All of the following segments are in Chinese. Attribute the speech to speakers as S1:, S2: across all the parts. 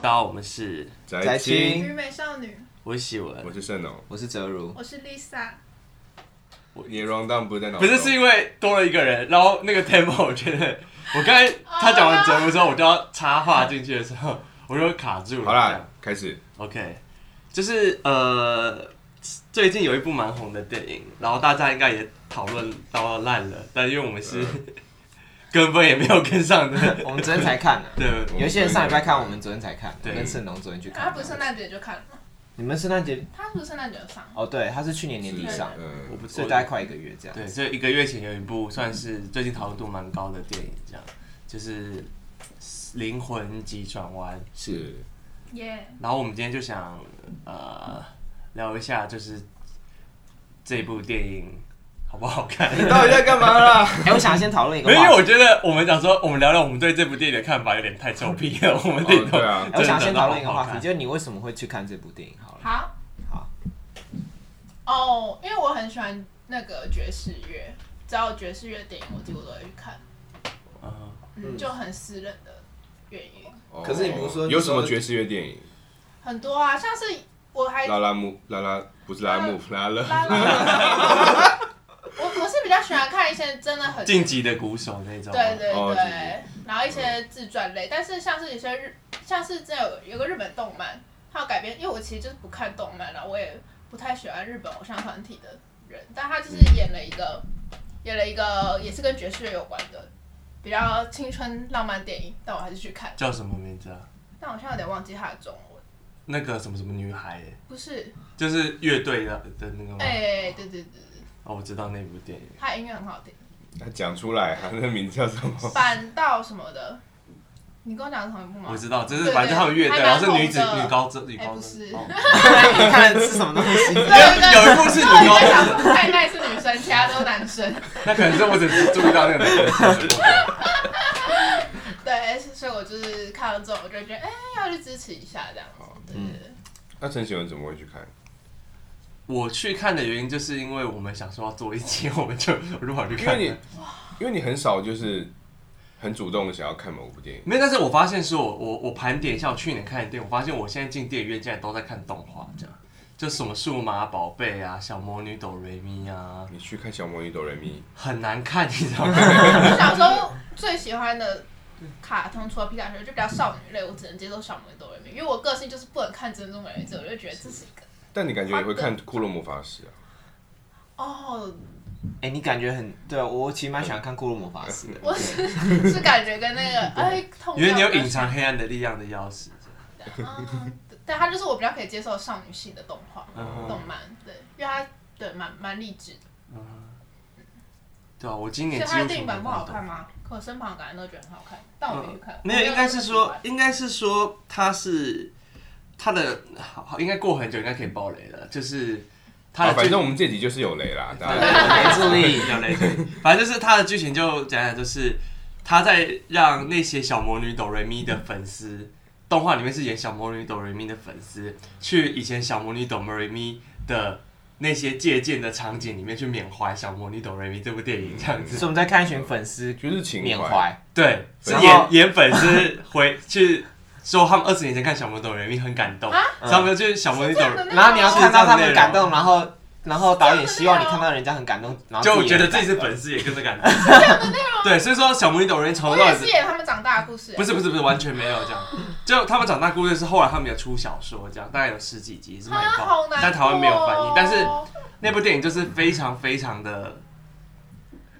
S1: 刀，我们是，
S2: 宅青，
S3: 虞美少女，
S1: 我是喜文
S2: 我，是盛农。
S4: 我是哲如，
S3: 我是 Lisa，
S2: 你 round down 不是在脑
S1: 不
S2: 中，
S1: 是是因为多了一个人，然后那个 tempo 我觉得，我刚才他讲完哲如之后，我就要插话进去的时候，我就卡住了。
S2: 好
S1: 这样
S2: 啦，开始。
S1: OK，就是呃，最近有一部蛮红的电影，然后大家应该也讨论到烂了，但因为我们 是、跟风也没有跟上的，
S4: 我们昨天才看的，
S1: 对，
S4: 有一些人上礼拜看，我们昨天才看，我
S1: 对
S4: 跟盛龙昨天去看。
S3: 他啊不是圣诞节就看了吗？
S4: 你们圣诞节？
S3: 他不是圣诞节就上，
S4: 哦，对，他是去年年底
S2: 是
S4: 上，
S1: 我
S2: 嗯，
S1: 不
S4: 所
S1: 知
S4: 以大概
S1: 道。
S4: 快一个月这样。
S1: 对，所以一个月前有一部算是最近讨论度蛮高的电影，这样就是《灵魂急转弯》。
S2: 是
S3: 耶、
S1: 然后我们今天就想呃聊一下，就是这部电影好不好看？
S2: 你到底在干嘛 啦？
S4: 哎，我想先讨论一个
S1: 没有，因
S4: 话
S1: 为
S4: 题，
S1: 我觉得我们讲说，我们聊聊我们对这部电影的看法有点太臭屁了。我们
S2: 哦
S1: 自己都、
S2: 对啊
S4: 哎我想先讨论一个
S1: 真的好好
S4: 话题，
S1: 看
S4: 就是你为什么会去看这部电影？好 了，
S3: 好，
S4: 好，
S3: 哦、因为我很喜欢那个爵士乐，只要有爵士乐电影我几乎都会去看，
S1: 嗯
S3: 嗯，
S4: 嗯
S3: 就很私人的原因，
S2: 哦
S4: 可是你不是说
S2: 有什么爵士乐电影？
S3: 很多啊，像是我还
S2: 拉拉木拉拉不是拉木拉
S3: 拉
S2: 拉，
S3: 拉， 我我是比较喜欢看一些真的很
S1: 晋级的鼓手那种。
S3: 对对
S2: 哦
S3: 对，然后一些自传类，但是像是有些日，像是这有有个日本动漫，它有改编，因为我其实就是不看动漫啦，我也不太喜欢日本偶像团体的人，但他就是演了一个，演了一个也是跟爵士乐有关的，比较青春浪漫电影，但我还是去看，
S1: 叫什么名字啊？
S3: 但我现在有点忘记它的中文，
S1: 那个什么什么女孩耶、
S3: 不是，
S1: 就是乐队的的那个吗？
S3: 哎、对对对对，
S1: 哦，我知道那部电影。
S3: 它音乐很 好听，
S2: 他讲出来，他那名字叫什么？
S3: 反倒什么的，你跟我讲的是同一部吗
S1: 我？知道，就
S3: 对
S1: 是
S3: 对
S1: 反正他们乐队，啊
S3: 还
S1: 然
S3: 蛮
S1: 后是女子
S3: 红的
S1: 女高中女
S3: 哎
S1: 高
S3: 不
S1: 中
S3: 是，
S1: 哦
S4: 你看的是什么东西？
S3: 对对对
S1: 有有一部是
S3: 然后
S1: 女
S3: 你
S1: 高
S3: 在
S1: 中，
S3: 想说太奈是女生，其他都是男生。
S1: 那可能是我只是注意到那个男生。
S3: 对，哎所以我就是看到这种，我就觉得哎、要去支持一下这样子。对对对，
S2: 那陈喜文怎么会去看？
S1: 我去看的原因就是因为我们想说要做一期， 我们就我就跑去
S2: 因
S1: 看啊
S2: 为你
S1: 了。，
S2: 因为你很少就是很主动地想要看某部电影。
S1: 没有，但是我发现说我，我我盘点一下我去年看的电影，我发现我现在进电影院竟然都在看动画，这样就什么数码宝贝啊、小魔女哆瑞咪啊，
S2: 你去看《小魔女哆瑞咪
S1: 很难看，你知道 吗？
S3: 我小时候最喜欢的卡通除了皮卡丘，就比较少女类，我只能接受小魔女哆瑞咪，因为我个性就是不能看珍珠美人鱼，我就觉得这是一个》，
S2: 但你感觉也会看《骷髅魔法使》啊？
S3: 哦，
S4: 哎，你感觉很对我其实蛮喜欢看《骷髅魔法师》的。
S3: 我是是 感觉跟那个哎，痛
S1: 因为你有
S3: 掉的
S1: 隐藏黑暗的力量的钥匙。
S3: 啊，但它就是我比较可以接受少女系的动画、
S1: 嗯
S3: 动漫，对，因为它对蛮蛮励志的。
S1: 对啊，我今
S3: 所
S1: 年
S3: 以
S1: 几乎
S3: 它
S1: 全
S3: 的电影
S1: 部都
S3: 版不好看
S1: 动画？
S3: 吗？可我身旁感人都觉得很好看，但我没去看。
S1: 没有，应该是说，
S3: 因
S1: 应该是说他是他的好，好应该过很久应该可以爆雷了，就是他
S2: 啊，
S1: 的
S2: 反
S1: 剧
S2: 正我们这集就是有雷
S1: 啊
S2: 啦，大家
S4: 没注
S1: 对
S4: 意，
S1: 有雷对，反正就是他的剧情就讲讲，就是他在让那些小魔女哆瑞咪的粉丝，动画里面是演小魔女哆瑞咪的粉丝，去以前小魔女哆瑞咪的那些借鉴的场景里面去缅怀小魔女哆瑞咪这部电影这样
S4: 所
S1: 子。
S4: 以我们在看一群粉丝
S2: 就是情
S4: 缅
S2: 怀。
S4: 怀，
S1: 对，是
S4: 然后
S1: 演演粉丝回去说他们二十年前看小魔女哆瑞咪很感动，
S3: 啊
S1: 所以他们就去小魔女
S3: 为
S1: 哆
S3: 这
S1: 瑞
S3: 样的内容
S4: 然后你要看到他们感动，然后然后导演希望你看到人家很感动，然后
S1: 就
S4: 也
S1: 觉得
S4: 很
S1: 自己
S4: 感
S1: 是粉丝也跟着感动。对，所以说小魔女哆瑞咪从
S3: 我
S1: 头到
S3: 也
S1: 尾
S3: 是演他们长大的故事、
S1: 不是不是不是，完全没有这样。就他们长大故事是后来他们有出小说，这样大概有十几集是
S3: 啊
S1: 卖
S3: 好
S1: 爆，
S3: 难、哦。
S1: 但台湾没有翻译。但是那部电影就是非常非常的、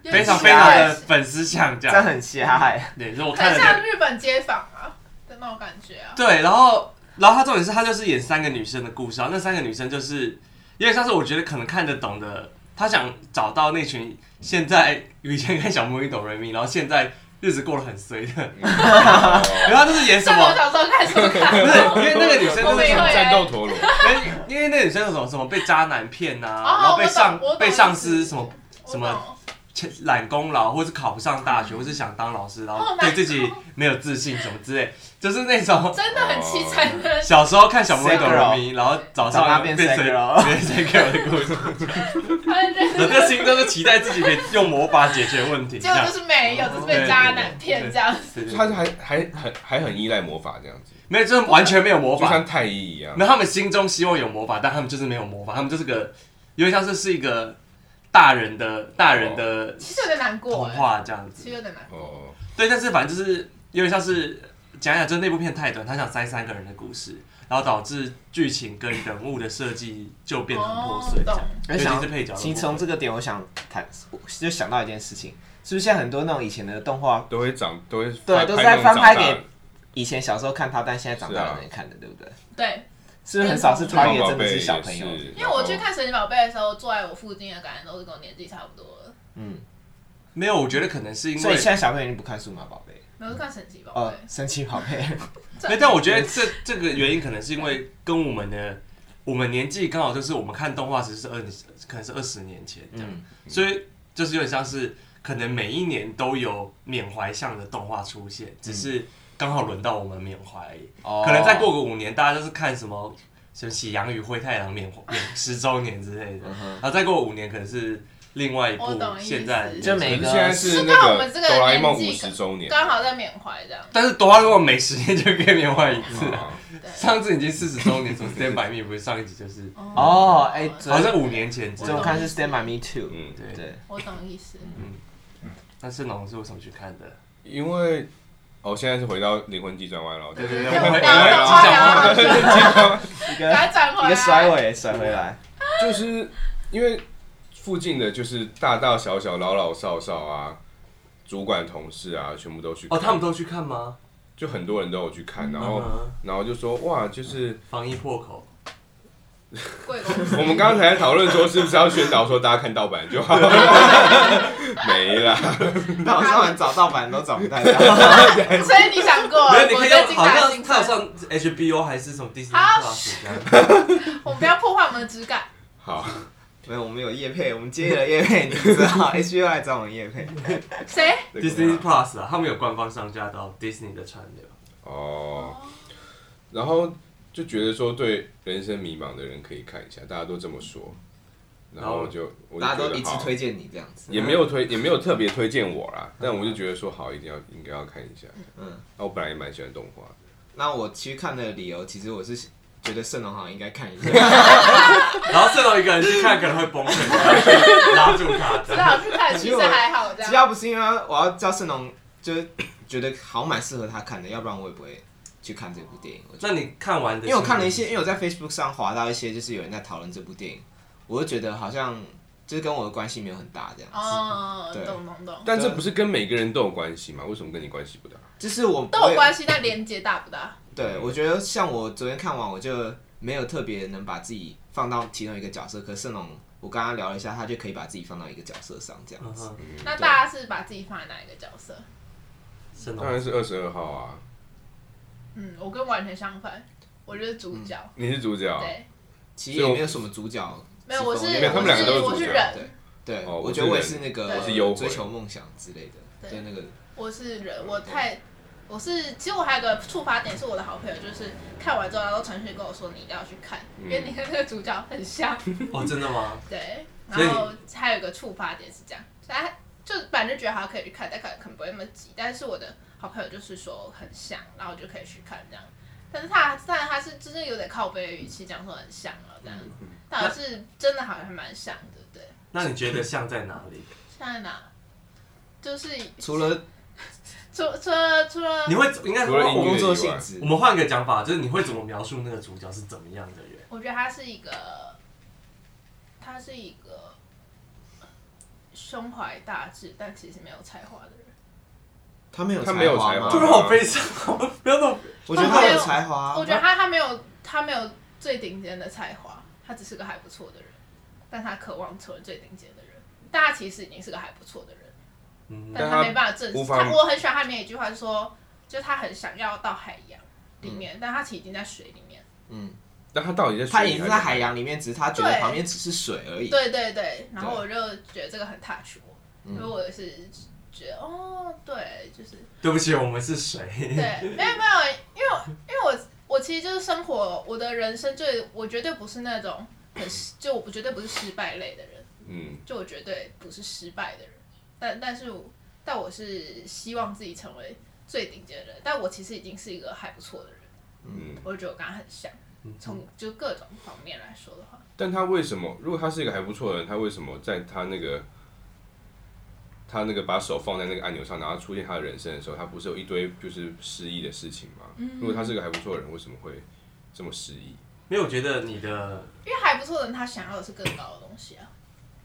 S3: 有点
S1: 非常
S4: 瞎
S1: 非常
S4: 欸
S1: 的粉丝像这
S4: 这样
S1: 样。
S4: 很瞎哎。
S1: 对，所以我看
S3: 很
S1: 了
S3: 像
S1: 两
S3: 日本街访啊的那种感觉啊。
S1: 对，然后然后他重点是他就是演三个女生的故事，然后那三个女生就是有点像是我觉得可能看得懂的，他想找到那群现在以前看小魔女懂人民，然后现在日子过得很衰的，
S2: 嗯哦
S1: 然后她就是演什
S3: 上我
S1: 么？
S3: 小时候看什么
S1: 不
S3: 看？
S1: 是，因为那个女生
S3: 我
S1: 真的
S3: 没
S1: 是
S3: 有
S2: 战斗陀 螺，
S1: 因为因为那个女生有什么什么被渣男骗呐、
S3: 哦
S1: 然后被上
S3: 我懂我懂
S1: 被上司
S3: 是
S1: 什么
S3: 我
S1: 什
S3: 懂
S1: 么欠揽功劳，或是考不上大学，或是想当老师，然后
S3: 好难
S1: 对自己没有自信什么之类，就是那种
S3: 真的很凄惨的。
S1: 小时候看小魔女哆瑞咪，然后早
S4: 长大
S1: 上
S4: 变
S1: 变
S4: sad
S1: 谁
S4: girl
S1: 变谁 girl 的故事，
S3: 他们 真
S1: 整
S3: 的
S1: 个心中都期待自己可以用魔法解决问 题，这
S3: 结果
S1: 样
S3: 就是没有，就是被渣男骗这样子。
S1: 对对对
S2: 他还还很还很依赖魔法这样子。
S1: 没有，就是完全没有魔
S2: 就
S1: 法。
S2: 像太医一样，
S1: 那他们心中希望有魔法，但他们就是没有魔法，他们就是个有点像是是一个大人的大人的
S3: 其实有点难过
S1: 童
S3: 哎、
S1: 话这样
S3: 其
S1: 子
S3: 实。有点难过。
S2: 哦，
S1: 对，但是反正就是有点像是讲一讲，就是那部片太短，他想塞三个人的故事，然后导致剧情跟人物的设计就变得很破碎
S3: 哦
S1: 这样。尤
S4: 我
S1: 其
S4: 哎想
S1: 是配角的部
S4: 其
S1: 分，
S4: 实从这个点，我想谈，我就想到一件事情，是不是现在很多那种以前的动画，
S2: 都会长，都会
S4: 对
S2: 翻
S4: 都是在翻拍给
S2: 拍
S4: 以前小时候看它，但现在长大
S2: 是啊
S4: 了人看的，对不对？
S3: 对，
S4: 是不是很少是
S2: 那种长大
S4: target 真的是小朋友
S2: 宝？贝也是
S3: 因为我去看神奇宝贝的时候，坐在我附近的感觉都是跟我年纪差不多的。
S4: 嗯，
S1: 没有，我觉得可能是因
S4: 所以
S1: 为
S4: 现在小朋友已经不看数码宝贝，
S3: 没有看神奇宝
S4: 哦
S3: 贝，，
S4: 神奇宝 贝，
S1: 没，但我觉得这这个原因可能是因为跟我们的我们年纪刚好就是我们看动画时是二十，可能是二十年前这样，
S4: 嗯，
S1: 所以就是有点像是可能每一年都有缅怀向的动画出现，
S4: 嗯
S1: 只是刚好轮到我们缅怀而已。
S4: 哦
S1: 可能再过个五年，大家就是看什么什么《喜羊与灰太狼》缅怀缅十周年之类的，
S4: 嗯哼
S1: 然后再过五年可能是另外一部
S3: 我懂意思
S1: 现在
S4: 就每
S2: 可
S4: 个
S2: 是现在是
S3: 是看
S2: 那
S3: 我们这个
S2: 哆啦 A 梦
S3: 年纪
S2: 五十周年，
S3: 刚好在缅怀这样。
S1: 但是哆啦 A 梦每十年就可以缅怀一次。
S4: 嗯
S2: 啊
S3: 对，
S1: 上次已经四十周年，什么 Stand by Me 不是上一集就是
S4: 哦哎这
S1: 好像五年前之
S4: 这
S1: 类的
S4: 种看是 Stand by Me Too，
S2: 嗯，
S1: 对
S4: 对，
S3: 我懂意思。
S1: 那圣龙是为什么去看的？
S2: 因为哦，现在是回到灵魂急转弯了，
S1: 对对对，
S3: 我
S1: 我们
S3: 们
S1: 会我
S3: 聊到
S1: 们会讲
S3: 花
S1: 话
S3: 聊，
S4: 一
S3: 给
S4: 个
S3: 他转回来。
S4: 一个甩尾甩回来，
S2: 就是因为附近的就是大大小小、老老少少啊，主管同事啊，全部都去
S1: 哦，
S2: 看
S1: 他们都去看吗？
S2: 就很多人都有去看，然
S4: 哦
S2: 后、
S1: 嗯
S2: 然后就说哇，就是
S1: 防疫破口，
S3: 贵公 司
S2: 我们刚才讨论说是不是要宣导说大家看盗版就好，没啦，
S4: 那我上网找盗版都找不太到，
S3: 所以你想过，
S1: 没有，你
S3: 我
S1: 可以
S3: 在
S1: 用
S3: 精
S1: 好
S3: 打
S1: 像
S3: 细
S1: 他有
S3: 算。
S1: 上 HBO 还是什么 Disney
S3: 好
S1: Plus 这样
S3: 我们不要破坏我们的质感。
S2: 好，
S4: 没有，我们有叶配，我们接了叶配，你知道 H U 来找我们叶配，
S3: 谁？
S2: 那个
S1: ，Disney Plus 啊，他们有官方上架到 Disney 的串流。
S2: 哦，然后就觉得说对人生迷茫的人可以看一下，大家都这么说，然后我就我就
S4: 大家
S2: 觉
S4: 都
S2: 得
S4: 一致
S2: 好
S4: 推荐你这样子，
S2: 也没有推，也没有特别推荐我啦，但我就觉得说好，一定要应该要看一下。
S4: 嗯
S2: 嗯，那我本来也蛮喜欢动画的，
S4: 那我去看的理由，其实我是觉得圣龙好像应该看一下，
S3: 啊
S1: 然后圣龙一个人去看可能会崩溃，然后去拉住他
S3: 知
S1: 这样。
S3: 道去看，其实还好这
S4: 只
S3: 样。
S4: 要不是因为我要叫圣龙，就是觉得好像蛮适合他看的，要不然我也不会去看这部电影。我觉得
S1: 那你看完的，
S4: 因为我看了一些，因为我在 Facebook 上滑到一些，就是有人在讨论这部电影，我就觉得好像就是跟我的关系没有很大这样。
S3: 哦，
S4: 对
S3: 懂懂懂，
S2: 但这不是跟每个人都有关系吗？为什么跟你关系不大？
S4: 就是我
S3: 都有
S4: 我也
S3: 关系，但连接大不大？
S4: 对，我觉得像我昨天看完，我就没有特别能把自己放到其中一个角色，可是圣龙。我刚刚聊了一下，他就可以把自己放到一个角色上，这样
S1: 嗯
S4: 子。
S1: 哼，
S3: 那大家是把自己放在哪一个角色？
S1: 圣
S2: 当然
S1: 龙
S2: 是二十二号啊，
S3: 嗯，我跟完全相反，我就是主角。
S2: 你是主角。啊
S3: 对，
S4: 其实也没有什么主角
S3: 没有，我是
S4: 之分
S2: 没有他们两个都是
S3: 我
S2: 主
S3: 是
S2: 角
S3: 人，
S4: 对，
S2: 哦
S4: 我
S2: 我
S4: 觉
S2: 是
S4: 得我也
S2: 人
S4: 是那
S3: 对
S4: 个
S3: 我
S2: 是幽魂
S4: 追求梦想之类的，
S3: 对
S4: 对那个
S3: 我是人，我太我是，其实我还有个触发点，是我的好朋友，就是看完之后，然后传讯跟我说你一定要去看，
S2: 嗯
S3: 因为你跟那个主角很像，
S1: 哦，真的吗？
S3: 对。
S1: 所以
S3: 然后还有个触发点是这样，他就反正觉得他可以去看，但可能可能不会那么急。但是我的好朋友就是说很像，然后我就可以去看这样。但是他但是他是就是有点靠背的语气讲说很像了这样，
S1: 嗯
S3: 但是真的好像还蛮像的，对。
S1: 那你觉得像在哪里？
S3: 现在哪？就是
S4: 除了
S3: 除除了除了
S1: 你会应该
S2: 除了音乐
S1: 我
S4: 工作
S2: 以
S4: 性
S2: 外嗯
S4: 质
S1: 我，们换个讲法，就是你会怎么描述那个主角是怎么样的人？
S3: 我觉得他是一个，他是一个胸怀大志，但其实没有才华的人。
S4: 他没有
S2: 他没有才
S4: 吗
S2: 华
S1: 突然好悲伤，不要那么
S4: 我觉得他有才华啊，
S3: 我觉得他他没有他没有最顶尖的才华，他只是个还不错的人，但他渴望成为最顶尖的人。但他其实已经是个还不错的人，
S1: 嗯
S3: 但
S2: 但他
S3: 没办法证实。
S2: 无法
S3: 他我很喜欢他里面有一句话说，就是他很想要到海洋里面，但他其实已经在水里面。
S4: 嗯，
S2: 但他到底在
S4: 他
S2: 水
S4: 已
S2: 里
S4: 经
S2: 还
S4: 在海？洋里面，只是他觉
S3: 对
S4: 得旁边只是水而已。
S3: 对对对，然
S4: 对
S3: 后我就觉得这个很 touch 我，
S4: 嗯
S3: 因为我也是觉得哦，对，就是
S1: 对不起，我们是谁？
S3: 对，没有没有，因为我因为我我其实就是生活，我的人生最我绝对不是那种很失就我不绝对不是失败类的人，
S2: 嗯，
S3: 就我绝对不是失败的人，但但是我但我是希望自己成为最顶尖的人，但我其实已经是一个还不错的人，
S2: 嗯，
S3: 我就觉得我跟他很像，从就各种方面来说的话，
S2: 但他为什么？如果他是一个还不错的人，他为什么在他那个他那个把手放在那个按钮上，然后出现他的人生的时候，他不是有一堆就是失忆的事情吗？
S3: 嗯
S2: 如果他是个还不错的人，为什么会这么失忆？
S1: 因为我觉得你的
S3: 因为还不错的人他想要的是更高的东西啊，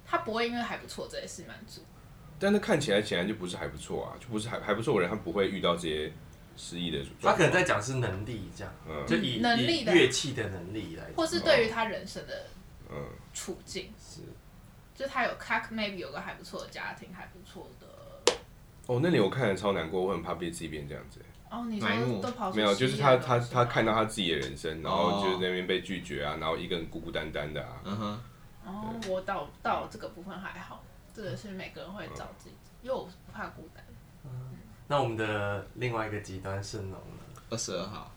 S3: 他不会因为还不错这件事满足。
S2: 但他看起来显然就不是还不错啊，就不是还还不错的人，他不会遇到这些失忆的状
S1: 他
S2: 况。
S1: 可能在讲是能力这样，
S2: 嗯
S1: 就以
S3: 能力
S1: 以
S3: 的
S1: 乐器的能力来讲，
S3: 或是对于他人生的
S2: 嗯
S3: 处境，
S1: 是
S3: 就他有他 maybe 有个还不错的家庭，还不错的。
S2: 哦，那里我看了超难过，我很怕被自己变这样子。
S3: 哦，你
S4: 埋
S3: 说
S4: 没
S3: 都跑出
S2: 没有，就是
S3: 西
S2: 他
S3: 洋
S2: 他
S3: 东西
S2: 他
S3: 吗
S2: 看到他自己的人生，然后
S4: 哦
S2: 就是在那边被拒绝啊，然后一个人孤孤单单的啊。
S4: 嗯哼，
S3: 哦，我到到这个部分还好，这个是每个人会找自己，因为我不怕孤单。。
S1: 那我们的另外一个极端圣农呢？
S4: 二十二号，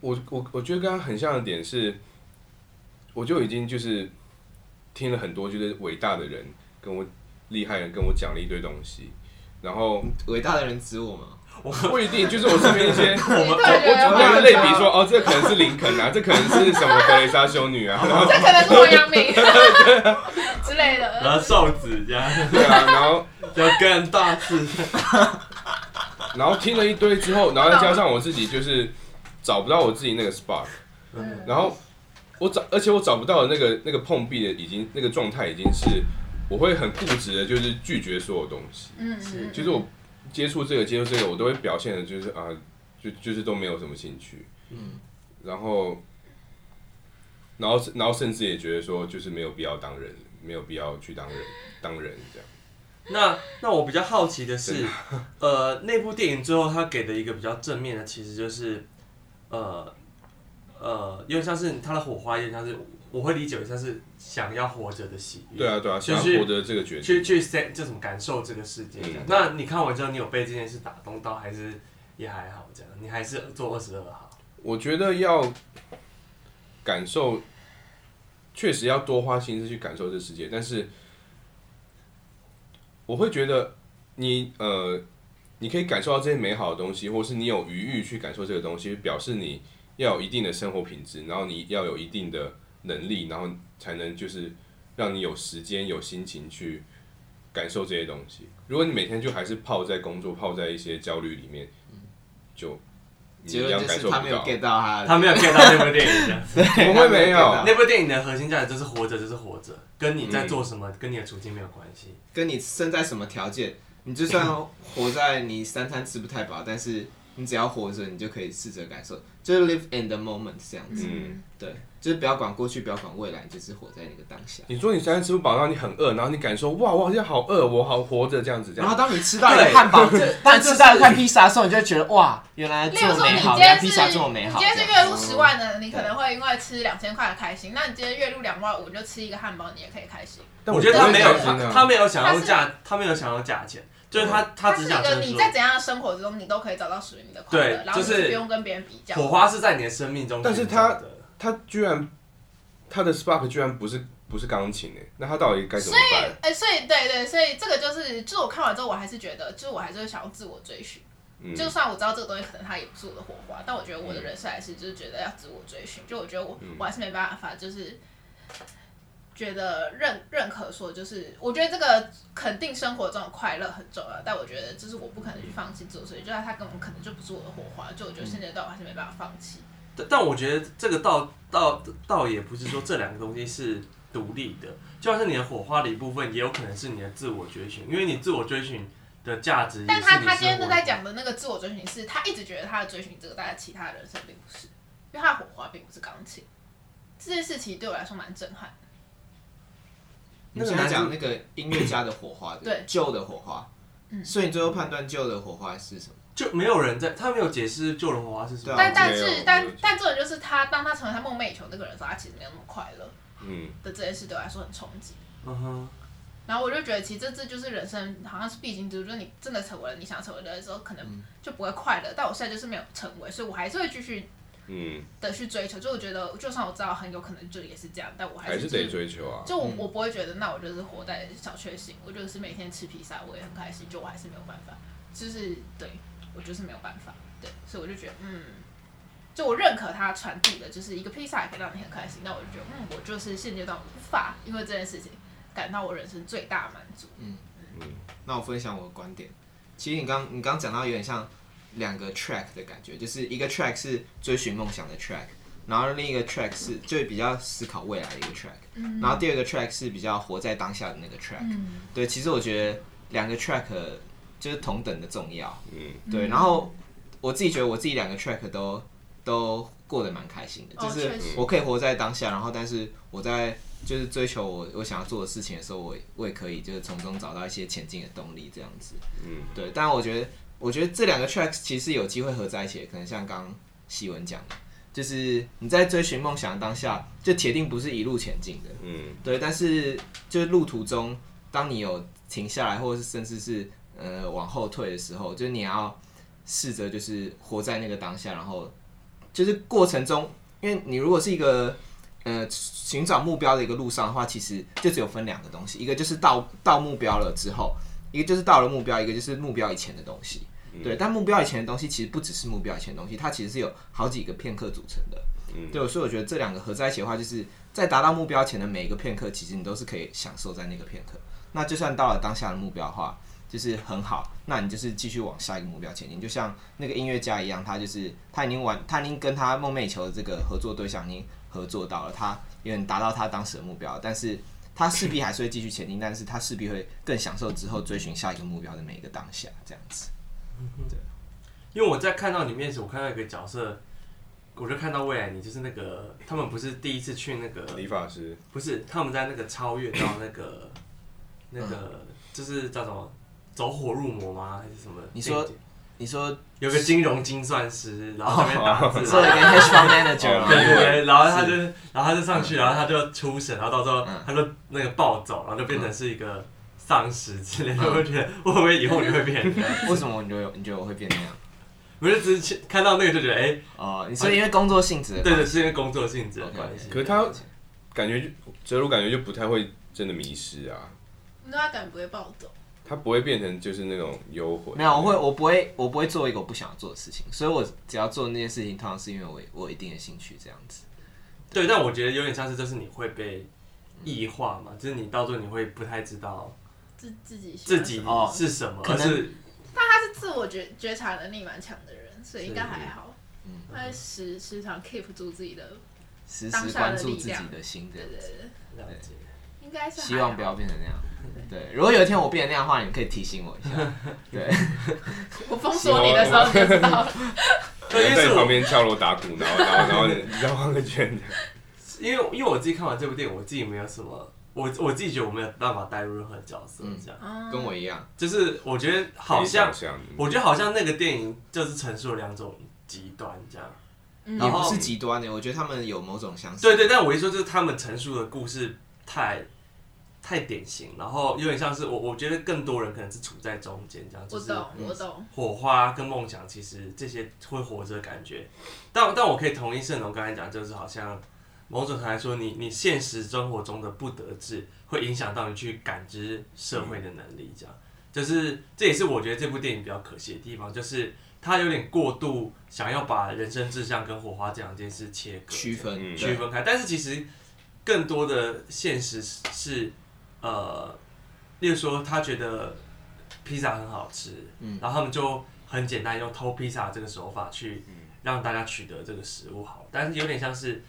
S2: 我我我觉得跟他很像的点是，我就已经就是听了很多就是伟大的人跟我厉害人跟我讲了一堆东西，然后
S4: 伟大的人指我吗？
S2: 不一定就是我身边一些
S3: 我
S1: 们
S2: 我我主
S4: 我
S2: 要
S4: 们
S2: 类比说，哦，这可能是林肯啊，这可能是什么德蕾莎修女啊，然 后
S3: 这可能是王阳明之类
S1: 然后
S3: 的。
S1: 瘦子这样，
S2: 对啊，然后
S1: 要更大次，
S2: 然后听了一堆之后，然后再加上我自己就是找不到我自己那个 spark，
S3: 嗯
S2: 然后我找，而且我找不到的那个那个碰壁的，已经那个状态已经是，我会很固执的，就是拒绝所有东西。
S3: 嗯，嗯
S2: 就是我接触这个接触这个，我都会表现的，就是啊，就就是都没有什么兴趣。
S4: 嗯，
S2: 然后，然后然后甚至也觉得说，就是没有必要当人，没有必要去当人当人这样。
S1: 那那我比较好奇的是， 呃，那部电影最后他给的一个比较正面的，其实就是，呃，呃，有点像是他的火花，有点像是我会理解为像是想要活着的喜悦，
S2: 对啊对啊，
S1: 就
S2: 想
S1: 是
S2: 要获得这个决
S1: 去
S2: 定。
S1: 去 set 就怎么感受这个世界这样。
S2: 嗯
S1: 那你看完之后，你有被这件事打动到，还是也还好这样？你还是做二十二号？
S2: 我觉得要感受，确实要多花心思去感受这世界，但是我会觉得你呃，你可以感受到这些美好的东西，或是你有余裕去感受这个东西，表示你要有一定的生活品质，然后你要有一定的能力，然后才能就是让你有时间有心情去。感受这些东西，如果你每天就还是泡在工作、泡在一些焦虑里面，就你一
S4: 结
S2: 样
S4: 论就
S2: 感
S4: 是
S2: 受不
S4: 他没有
S2: 到。
S4: get 到他的，
S1: 他没有 get 到那部电影这 样。
S2: 怎么会没 有？
S1: 那部电影的核心价值就是活着，就是活着，跟你
S2: 嗯
S1: 在做什么，跟你的处境没有关系。
S4: 跟你生在什么条件，你就算活在你三餐吃不太饱，但是你只要活着，你就可以试着感受，就是 live in the moment 这样子。
S2: 嗯，
S4: 对，就是不要管过去，不要管未来，你就是活在那个当下。
S2: 你说你三餐吃不饱，然后你很饿，然后你感受哇，我好像好饿，我好活着这样子，这
S4: 然后
S2: 样。
S4: 当你吃到一个
S1: 对
S4: 汉堡，当你
S1: 这
S4: 吃到一块披萨的时候，你就会觉得哇，原来
S3: 例
S4: 这
S3: 如
S4: 么
S3: 说，
S4: 美
S3: 你
S4: 好，
S3: 今
S4: 原来
S3: 天
S4: 披
S3: 是
S4: 萨这么美好。
S3: 你今天
S4: 这
S3: 是
S4: 样
S3: 月入十
S4: 哦
S3: 万的，你可能会因为吃两千块的开心。那你今天月入两万五，你就吃一个汉堡，你也可以开心。
S2: 但
S1: 我觉得他没有
S2: 真的
S1: 他
S2: 啊
S1: 他没有想要价，他没有想要价钱，就是他他
S3: 它
S1: 只
S3: 嗯是一
S1: 想
S3: 个
S1: 着
S3: 你
S1: 说
S3: 在，怎样的生活之中，你都可以找到属于你的快
S1: 对
S3: 乐，然后你
S1: 就是
S3: 不用跟别人比较。
S1: 火花是在你的生命中
S2: 但是
S1: 寻找
S2: 他
S1: 的
S2: 他居然他的 spark 居然不是不是钢琴诶，那他到底该怎么办？
S3: 哎、所以对对，所以这个就是，就是我看完之后，我还是觉得，就是我还是会想要自我追寻。
S2: 嗯
S3: 就算我知道这个东西可能它也不是我的火花，但我觉得
S1: 嗯
S3: 我的人生还是就是觉得要自我追寻。就我觉得我、我还是没办法，就是觉得认认可说，就是我觉得这个肯定生活中的快乐很重要，但我觉得就是我不可能去放弃自我追寻，就算它根本可能就不是我的火花，就我
S1: 嗯
S3: 觉得现阶段我还是没办法放弃。
S1: 但但我觉得这个倒倒倒也不是说这两个东西是独立的，就像是你的火花的一部分，也有可能是你的自我追寻，因为你自我追寻的价值也嗯是
S3: 但
S1: 你
S3: 他他
S1: 生
S3: 今天
S1: 活
S3: 都
S1: 的
S3: 在讲的那个自我追寻是，他一直觉得他的追寻这个，但其他的人生并不是，因为他的火花并不是钢琴。这件事情对我来说蛮震撼。
S4: 你现在讲那个音乐家的火花，
S3: 对
S4: 旧的火花，
S3: 嗯
S4: 所以你最后判断旧的火花是什么？
S1: 就没有人在，他没有解释救人火花是什么。
S4: 对啊
S3: 但但
S2: 没有
S3: 是
S2: 没有
S3: 但但这种就是他，当他成为他梦寐以求那个人的时候，他其实没有那么快乐
S2: 嗯，
S3: 的这件事对我来说很冲击。
S1: 嗯哼，
S3: 然后我就觉得，其实这这就是人生，好像是必经之路，就是你真的成为了你想成为的时候，可
S2: 嗯
S3: 能就不会快乐。但我现在就是没有成为，所以我还是会继续
S2: 嗯，
S3: 的去追求。就我觉得，就算我知道很有可能就也是这样，但我还
S2: 还
S3: 是
S2: 是
S3: 继续
S2: 得追求啊。
S3: 就我
S4: 嗯
S3: 我不会觉得，那我就是活在小确幸，我就是每天吃披萨，我也很开心，就我还是没有办法，就是对我就是没有办法，对，所以我就觉得，嗯，就我认可它传递的，就是一个披萨也可以让你很开心。那我就觉得，嗯，我就是现阶段无法因为这件事情感到我人生最大满足。
S4: 那我分享我的观点。其实你刚你刚讲到有点像两个 track 的感觉，就是一个 track 是追寻梦想的 track，然后另一个 track 是就比较思考未来的一个 track，、然后第二个 track 是比较活在当下的那个 track。
S3: 嗯
S4: 对，其实我觉得两个 track 就是同等的重要。
S2: 嗯，
S4: 对，然后我自己觉得我自己两个 track 都都过得蛮开心的，
S3: 哦
S4: 就是
S3: 确实
S4: 我可以活在当下，然后但是我在就是追求我我想要做的事情的时候，我也我也可以就是从中找到一些前进的动力这样子。
S2: 嗯，
S4: 对，但我觉得我觉得这两个 track 其实有机会合在一起的，可能像刚刚希文讲的，就是你在追寻梦想的当下，就铁定不是一路前进的。
S2: 嗯
S4: 对，但是就是路途中，当你有停下来，或者是甚至是呃往后退的时候，就是你要试着就是活在那个当下，然后就是过程中，因为你如果是一个呃寻找目标的一个路上的话，其实就只有分两个东西，一个就是到到目标了之后，一个就是到了目标，一个就是目标以前的东西。对，但目标以前的东西其实不只是目标以前的东西，它其实是有好几个片刻组成的。
S2: 嗯
S4: 对，所以我觉得这两个合在一起的话，就是在达到目标前的每一个片刻，其实你都是可以享受在那个片刻。那就算到了当下的目标的话，就是很好，那你就是继续往下一个目标前进。就像那个音乐家一样，他就是他已经完，他已经跟他梦寐以求的这个合作对象已经合作到了，他有点达到他当时的目标，但是他势必还是会继续前进，但是他势必会更享受之后追寻下一个目标的每一个当下，这样子。
S1: 因为我在看到你面前，我看到一个角色，我就看到未来你，就是那个他们不是第一次去那个，
S2: 理发师，
S1: 不是他们在那个超越到那 个那
S4: 嗯
S1: 个就是叫什么走火入魔吗？还是什么？
S4: 你说你说
S1: 有个金融精算师，然后在那边打 字，
S4: 做一个 hedge fund manager
S2: 哦
S4: 吗
S1: 对对对，然后他就，然后他就上去，然后他就出神，然后到最后
S4: 嗯
S1: 他就那个暴走，然后就变成是一个丧尸之类的。
S4: 嗯
S1: 我就觉得会不会以后你会 变？
S4: 为什么你觉得你觉得我会变那样？
S1: 我就只是看到那个就觉得，哎，
S4: 哦，你说因为工作性质的
S1: 对
S4: 关
S1: 对，
S4: 系，
S1: 是因为工作性质的
S4: OK，OK
S1: 关系。
S2: 可是他感觉就哲如感觉就不太会真的迷失啊，
S3: 你对他感觉不会暴走，
S2: 他不会变成就是那种幽魂，
S4: 没有，我会，我不会，我不会做一个我不想要做的事情，所以我只要做那件事情，通常是因为我我有一定的兴趣这样子。
S1: 对，但我觉得有点像是，就是你会被
S4: 嗯
S1: 异化嘛，就是你到最后你会不太知道
S3: 自自己喜欢
S1: 自己
S3: 什么
S4: 哦
S1: 是什么，
S4: 可
S1: 而
S4: 能
S1: 是
S3: 他是自我觉觉察能力蛮强的人，所以应该还好。
S4: 嗯
S3: 他会时时常 keep 住自己的，
S4: 时
S3: 当
S4: 时
S3: 下的
S4: 关注
S3: 力
S4: 自己
S3: 量
S4: 的心的
S3: 对，对对，
S1: 了解
S3: 应该是还好
S4: 希望不要变成那样。对，如果有一天我变成那样的话，你们可以提醒我一下。对，
S3: 我封锁你的时候你就知道了，
S1: 对，因为
S2: 在
S1: 是
S2: 你
S1: 我
S2: 旁边敲锣打鼓，然后然后然后你你再画个圈，
S1: 因为因为我自己看完这部电影，我自己没有什么，我我自己觉得我没有办法带入任何角色，
S4: 嗯
S1: 这样、
S3: 嗯
S4: 跟我一样，
S1: 就是我觉得好像
S2: 可以想，象
S1: 我觉得好像那个电影就是陈述了两种极端这样。
S3: 嗯
S4: 也
S1: 然
S4: 不
S1: 后
S4: 是极端的，我觉得他们有某种相似。
S1: 对对，但我一说就是他们陈述的故事太太典型，然后有点像是我我觉得更多人可能是处在中间这样，就
S3: 我
S1: 是
S3: 懂我懂，
S1: 火花跟梦想，其实这些会活着的感觉。但但我可以同意盛龙刚才讲，就是好像某种程度来说，你你现实生活中的不得志，会影响到你去感知社会的能力。这样，就是这也是我觉得这部电影比较可惜的地方，就是它有点过度想要把人生志向跟火花这两件事切割
S4: 区分
S2: 嗯
S1: 区
S4: 对
S1: 分开。但是其实更多的现实是是呃，例如说他觉得披萨很好吃，
S4: 嗯
S1: 然后他们就很简单用偷披萨这个手法去
S4: 嗯
S1: 让大家取得这个食物好，但是有点像是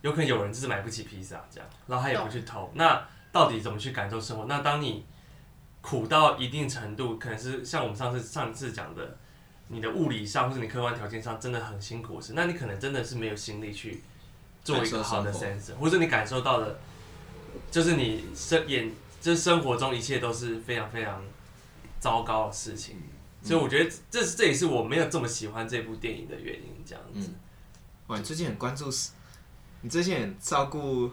S1: 有可能有人就是买不起披萨这样，然后他也不去
S4: 哦
S1: 偷。那到底怎么去感受生活？那当你苦到一定程度，可能是像我们上次上次讲的，你的物理上或是你客观条件上真的很辛苦时，那你可能真的是没有心力去做一个好的
S4: 感受
S1: sense，或者你感受到的，就是你生眼就是生活中一切都是非常非常糟糕的事情。所以我觉得这是这也是我没有这么喜欢这部电影的原因，这样子。
S4: 哇，你最近很关注，你最近很照顾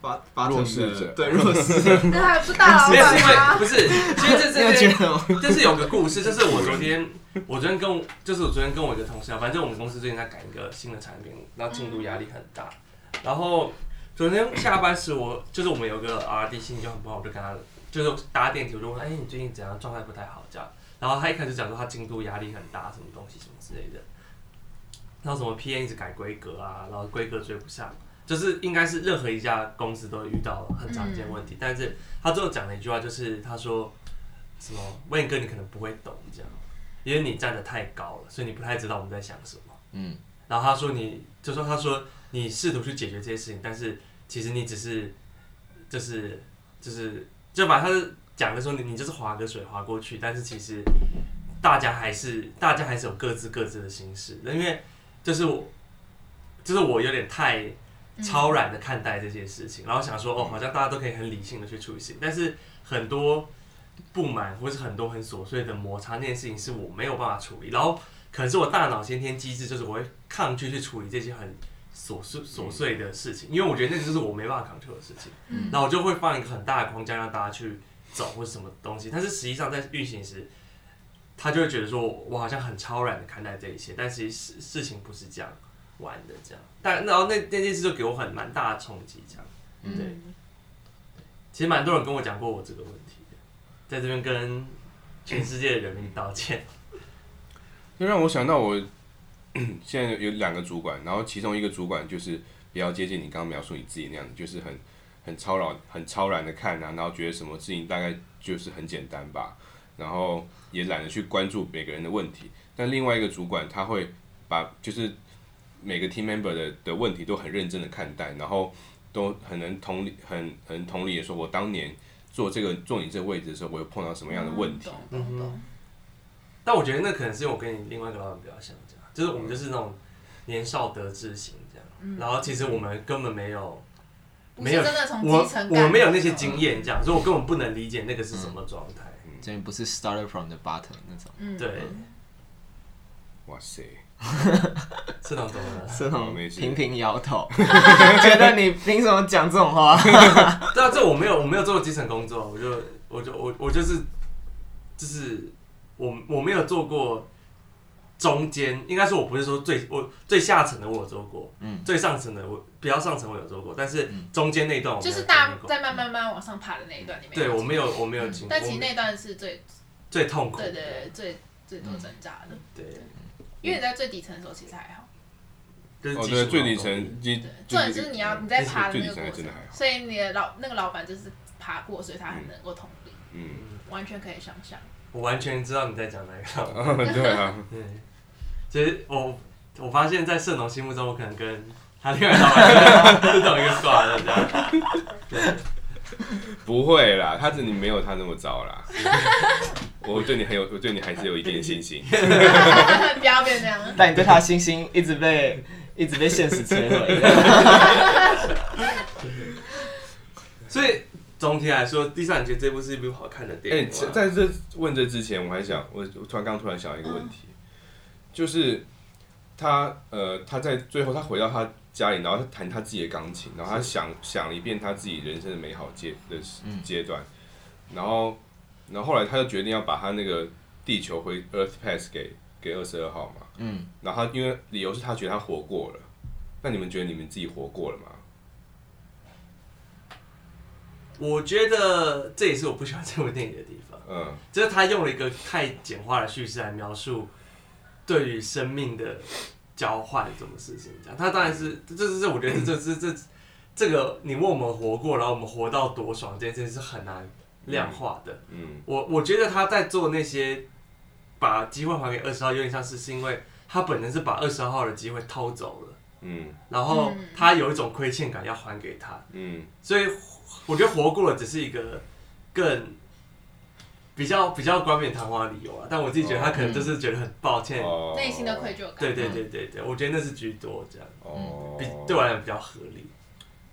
S4: 发发
S2: 弱势者
S4: 对弱势 者，
S3: 那还不大老
S1: 没有是
S3: 板
S1: 因为
S3: 吗？
S1: 不是，其实这
S4: 你
S1: 这
S4: 有觉
S1: 这
S4: 得吗？
S1: 这是有个故事，就是我昨天，我昨天跟我就是我昨天跟我一个同事啊，反正我们公司最近在赶一个新的产品，然后进度压力很大。然后昨天下班时我，就是我们有个 R D 心情就很不好，我就跟他就是搭电梯，我就问他，哎、你最近怎样？状态不太好这样。然后他一开始讲说他进度压力很大，什么东西什么之类的。然后什么 PM 一直改规格啊，然后规格追不上，就是应该是任何一家公司都会遇到很常见的问题。但是他最后讲了一句话，就是他说什么“魏哥，你可能不会懂这样，因为你站得太高了，所以你不太知道我们在想什么。”
S4: 嗯，
S1: 然后他说你就说他说你试图去解决这些事情，但是其实你只是就是就是就把他讲的说你你就是划个水划过去，但是其实大家还是大家还是有各自各自的心事，因为就是我就是我有点太超然的看待这件事情，然后想说哦，好像大家都可以很理性的去处理事情，但是很多不满或是很多很琐碎的摩擦，那件事情是我没有办法处理，然后可能是我大脑先天机制，就是我会抗拒去处理这些很琐碎琐碎的事情，因为我觉得那就是我没办法 control 的事情，
S3: 嗯
S1: 然后我就会放一个很大的框架让大家去走或是什么东西，但是实际上在运行时。他就会觉得说，我好像很超然的看待这一切，但其实事事情不是这样玩的，这样。但然后那那件事就给我很蛮大的冲击，这样。
S3: 嗯，
S1: 其实蛮多人跟我讲过我这个问题的，在这边跟全世界的人民道歉。
S2: 就让我想到我 现在有两个主管，然后其中一个主管就是比较接近你刚刚描述你自己那样，就是很很超然、很超然的看啊，然后觉得什么事情大概就是很简单吧，然后也懒得去关注每个人的问题。但另外一个主管他会把就是每个 team member 的的问题都很认真的看待，然后都很能同理、很很同理的说，我当年做这个做你这个位置的时候，我有碰到什么样的问题。
S3: 嗯懂懂懂，
S1: 但我觉得那可能是因为我跟你另外一个老板比较像，这样，就是我们就是那种年少得志型这样。然后其实我们根本没有
S3: 不
S1: 没
S3: 是
S1: 有
S3: 真的从
S1: 我
S3: 基层
S1: 我没有那些经验这样，所以我根本不能理解那个是什么状态。
S4: 这边不是 started from the bottom 那种，
S3: 验
S1: 对，
S2: 哇塞！
S1: 是那种怎么了？
S4: 这
S2: 哦
S4: 种
S2: 没事
S4: 频频摇头， 觉得你凭什么讲这种话？
S1: 对啊，这我没有，我没有做过基层工作，我就我就我我就是就是我我没有做过中间，应该说我不是说最我最下层的我有做过，
S4: 嗯，
S1: 最上层的我比较上层我有做过，但是
S2: 嗯
S1: 中间那一段我没
S3: 就
S1: 有
S3: 是
S1: 经历
S3: 大
S1: 过
S3: 在慢慢慢慢往上爬的那一段，你没
S1: 对我
S3: 经历
S1: 没有我没有经历，
S3: 但其
S1: 我
S3: 实
S1: 没
S3: 那段是最
S1: 最痛苦
S3: 对
S1: 的，
S3: 对对最最多挣扎的，
S1: 对
S3: 因为你在最底层的时候其实还好，
S1: 就是
S2: 哦，
S1: 技术
S2: 对，最
S1: 劳动力
S2: 底层，最
S3: 对，重点就是你要你在爬的
S2: 最
S3: 那
S2: 底
S3: 个
S2: 层还
S3: 过
S2: 真
S3: 程
S2: 的还，好。
S3: 所以你的老那个老板就是爬过，所以他很能够同理，
S2: 嗯，
S3: 完全可以想象。
S1: 我完全知道你在讲哪个老板，
S2: 对啊，
S1: 对，其实我我发现在盛龙心目中，我可能跟他另外一个老板是同一个挂的这样，对。
S2: 不会啦，他对你没有他那么糟啦。 我对你很有，我对你还是有一点信心。
S3: 不要变那样。
S4: 但你对他的信心一直被一直被现实摧毁。
S1: 所以总体来说，《第三你觉得这部是一部好看的电
S2: 哎、
S1: 影吗？
S2: 在这问这之前，我还想，我我突然刚突然想到一个问
S3: 嗯
S2: 题，就是他呃，他在最后他回到他家里，然后他弹他自己的钢琴，然后他想想了一遍他自己人生的美好阶的阶段，然后然后后来他就决定要把他那个地球回 Earth Pass 给给二十二号嘛，
S4: 嗯，
S2: 然后他因为理由是他觉得他活过了，那你们觉得你们自己活过了吗？
S1: 我觉得这也是我不喜欢这部电影的地方，
S2: 嗯，
S1: 就是他用了一个太简化的叙事来描述对于生命的交换这种事情。这样，他当然是，这这这，我觉得这这这这这个，你问我们活过，然后我们活到多爽，这件事是很难量化的。
S2: 嗯
S1: 我我觉得他在做那些把机会还给二十号，有点像是是因为他本身是把二十号的机会偷走了。
S2: 嗯
S1: 然后
S3: 嗯
S1: 他有一种亏欠感要还给他，
S2: 嗯
S1: 所以我觉得活过了只是一个更比较比较冠冕堂皇的理由啊。但我自己觉得他可能就是觉得很抱歉，
S2: 哦
S3: 内心的愧疚感。
S1: 对对对对对，我觉得那是居多这样，
S2: 哦，
S1: 嗯比对啊我来讲比较合理，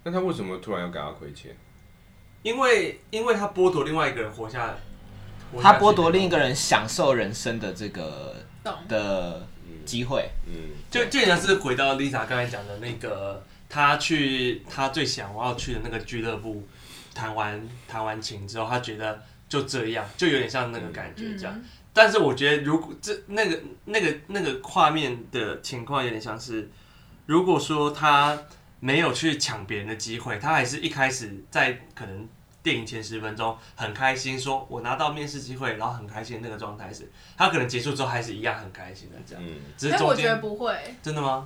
S2: 那他为什么突然要感到亏欠？
S1: 因为因为他剥夺另外一个人活下，活下
S4: 他
S1: 去
S4: 剥夺另一个人享受人生的这个
S3: 懂。
S4: 的机会。
S2: 嗯
S1: 就就像是回到 Lisa 刚才讲的那个，她去她最想要去的那个俱乐部弹完弹完琴之后，她觉得就这样，就有点像那个感觉这样。
S3: 嗯，
S1: 但是我觉得，如果这那个那个那个画面的情况有点像是，如果说他没有去抢别人的机会，他还是一开始在可能电影前十分钟很开心，说我拿到面试机会，然后很开心的那个状态是，他可能结束之后还是一样很开心的这样，
S2: 嗯，
S1: 只是
S3: 但我
S1: 中
S3: 觉得
S1: 间
S3: 不会，
S1: 真的吗？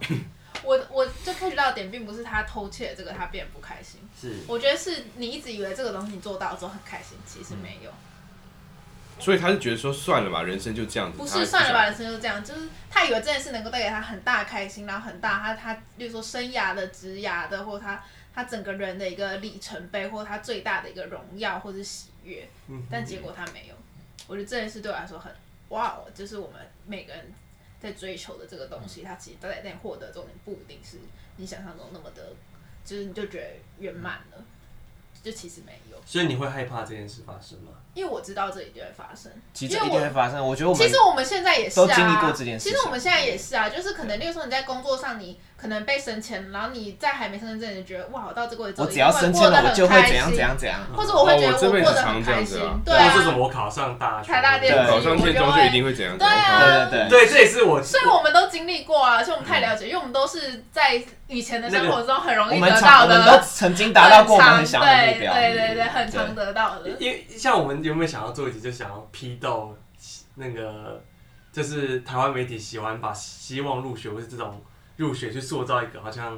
S3: 我我就 catch 到的点并不是他偷窃这个他变不开心，
S1: 是
S3: 我觉得是你一直以为这个东西你做到之后很开心，其实没有，
S2: 所以他是觉得说算了吧，人生就这样子，
S3: 不
S2: 他也
S3: 是算了吧，
S2: 想
S3: 人生就这样，就是他以为这件事能够带给他很大的开心，然后很大他他，例如说生涯的、职涯的，或他他整个人的一个里程碑，或他最大的一个荣耀或是喜悦，但结果他没有。我觉得这件事对我来说很哇哦，就是我们每个人在追求的这个东西，它其实都在那里获得中，你不一定是你想象中那么的，就是你就觉得圆满了，就其实没有，
S1: 所以你会害怕这件事发生吗？
S3: 因为我知道这一定会发生，
S4: 其
S3: 因
S4: 实
S3: 为
S4: 一定
S3: 我
S4: 会发生。我觉得我
S3: 其
S4: 们
S3: 实我们现在也是啊，
S4: 都经历过这件事情
S3: 其实我们现在也是啊，就是可能，例如说你在工作上，你可能被升迁，然后你在还没升迁之前，你觉得哇，我到这个位置，
S4: 我只要升迁了，我就会怎样怎，样怎样。
S3: 或者我会
S2: 哦
S3: 觉
S2: 我
S3: 得
S2: 这辈子
S3: 过得
S2: 常
S3: 很
S2: 这
S3: 开
S2: 样子
S3: 心
S2: 啊，
S3: 对
S1: 或者是
S3: 啊，
S1: 我考上大学，
S3: 台大电
S4: 对
S3: 子，
S2: 考上建中就一定会怎样怎样。
S3: 对啊
S4: 对对对，
S1: 对，这也是我
S3: 所以我们都经历过啊，所以我
S2: 嗯
S3: 们太了解，因为我们都是在以前的生活中很容
S4: 我
S3: 易
S4: 们
S3: 得
S4: 常
S3: 到
S4: 我们都
S3: 的，
S4: 曾经达到过我们很
S3: 很
S4: 想
S3: 常
S4: 要的目
S3: 对
S4: 标。
S3: 对对对，很常得到的，
S1: 因为像我们原本想要做一集，就想要批斗那个，就是台湾媒体喜欢把希望入学或是这种入学去塑造一个好像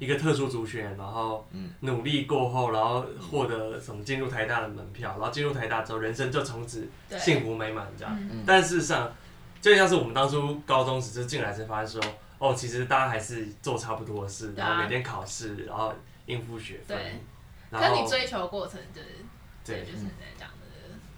S1: 一个特殊族群，然后努力过后，然后获得什么进入台大的门票，然后进入台大之后，人生就从此
S3: 对
S1: 幸福美满这样
S3: 嗯。
S1: 但事实上，就像是我们当初高中时就进来才发现说，哦，其实大家还是做差不多的事，
S3: 对啊
S1: 然后每天考试，然后应付学分
S3: 对，
S1: 然
S3: 跟
S1: 后
S3: 你追求的过程就是，
S1: 对
S3: 就是
S2: 嗯
S3: 这样的，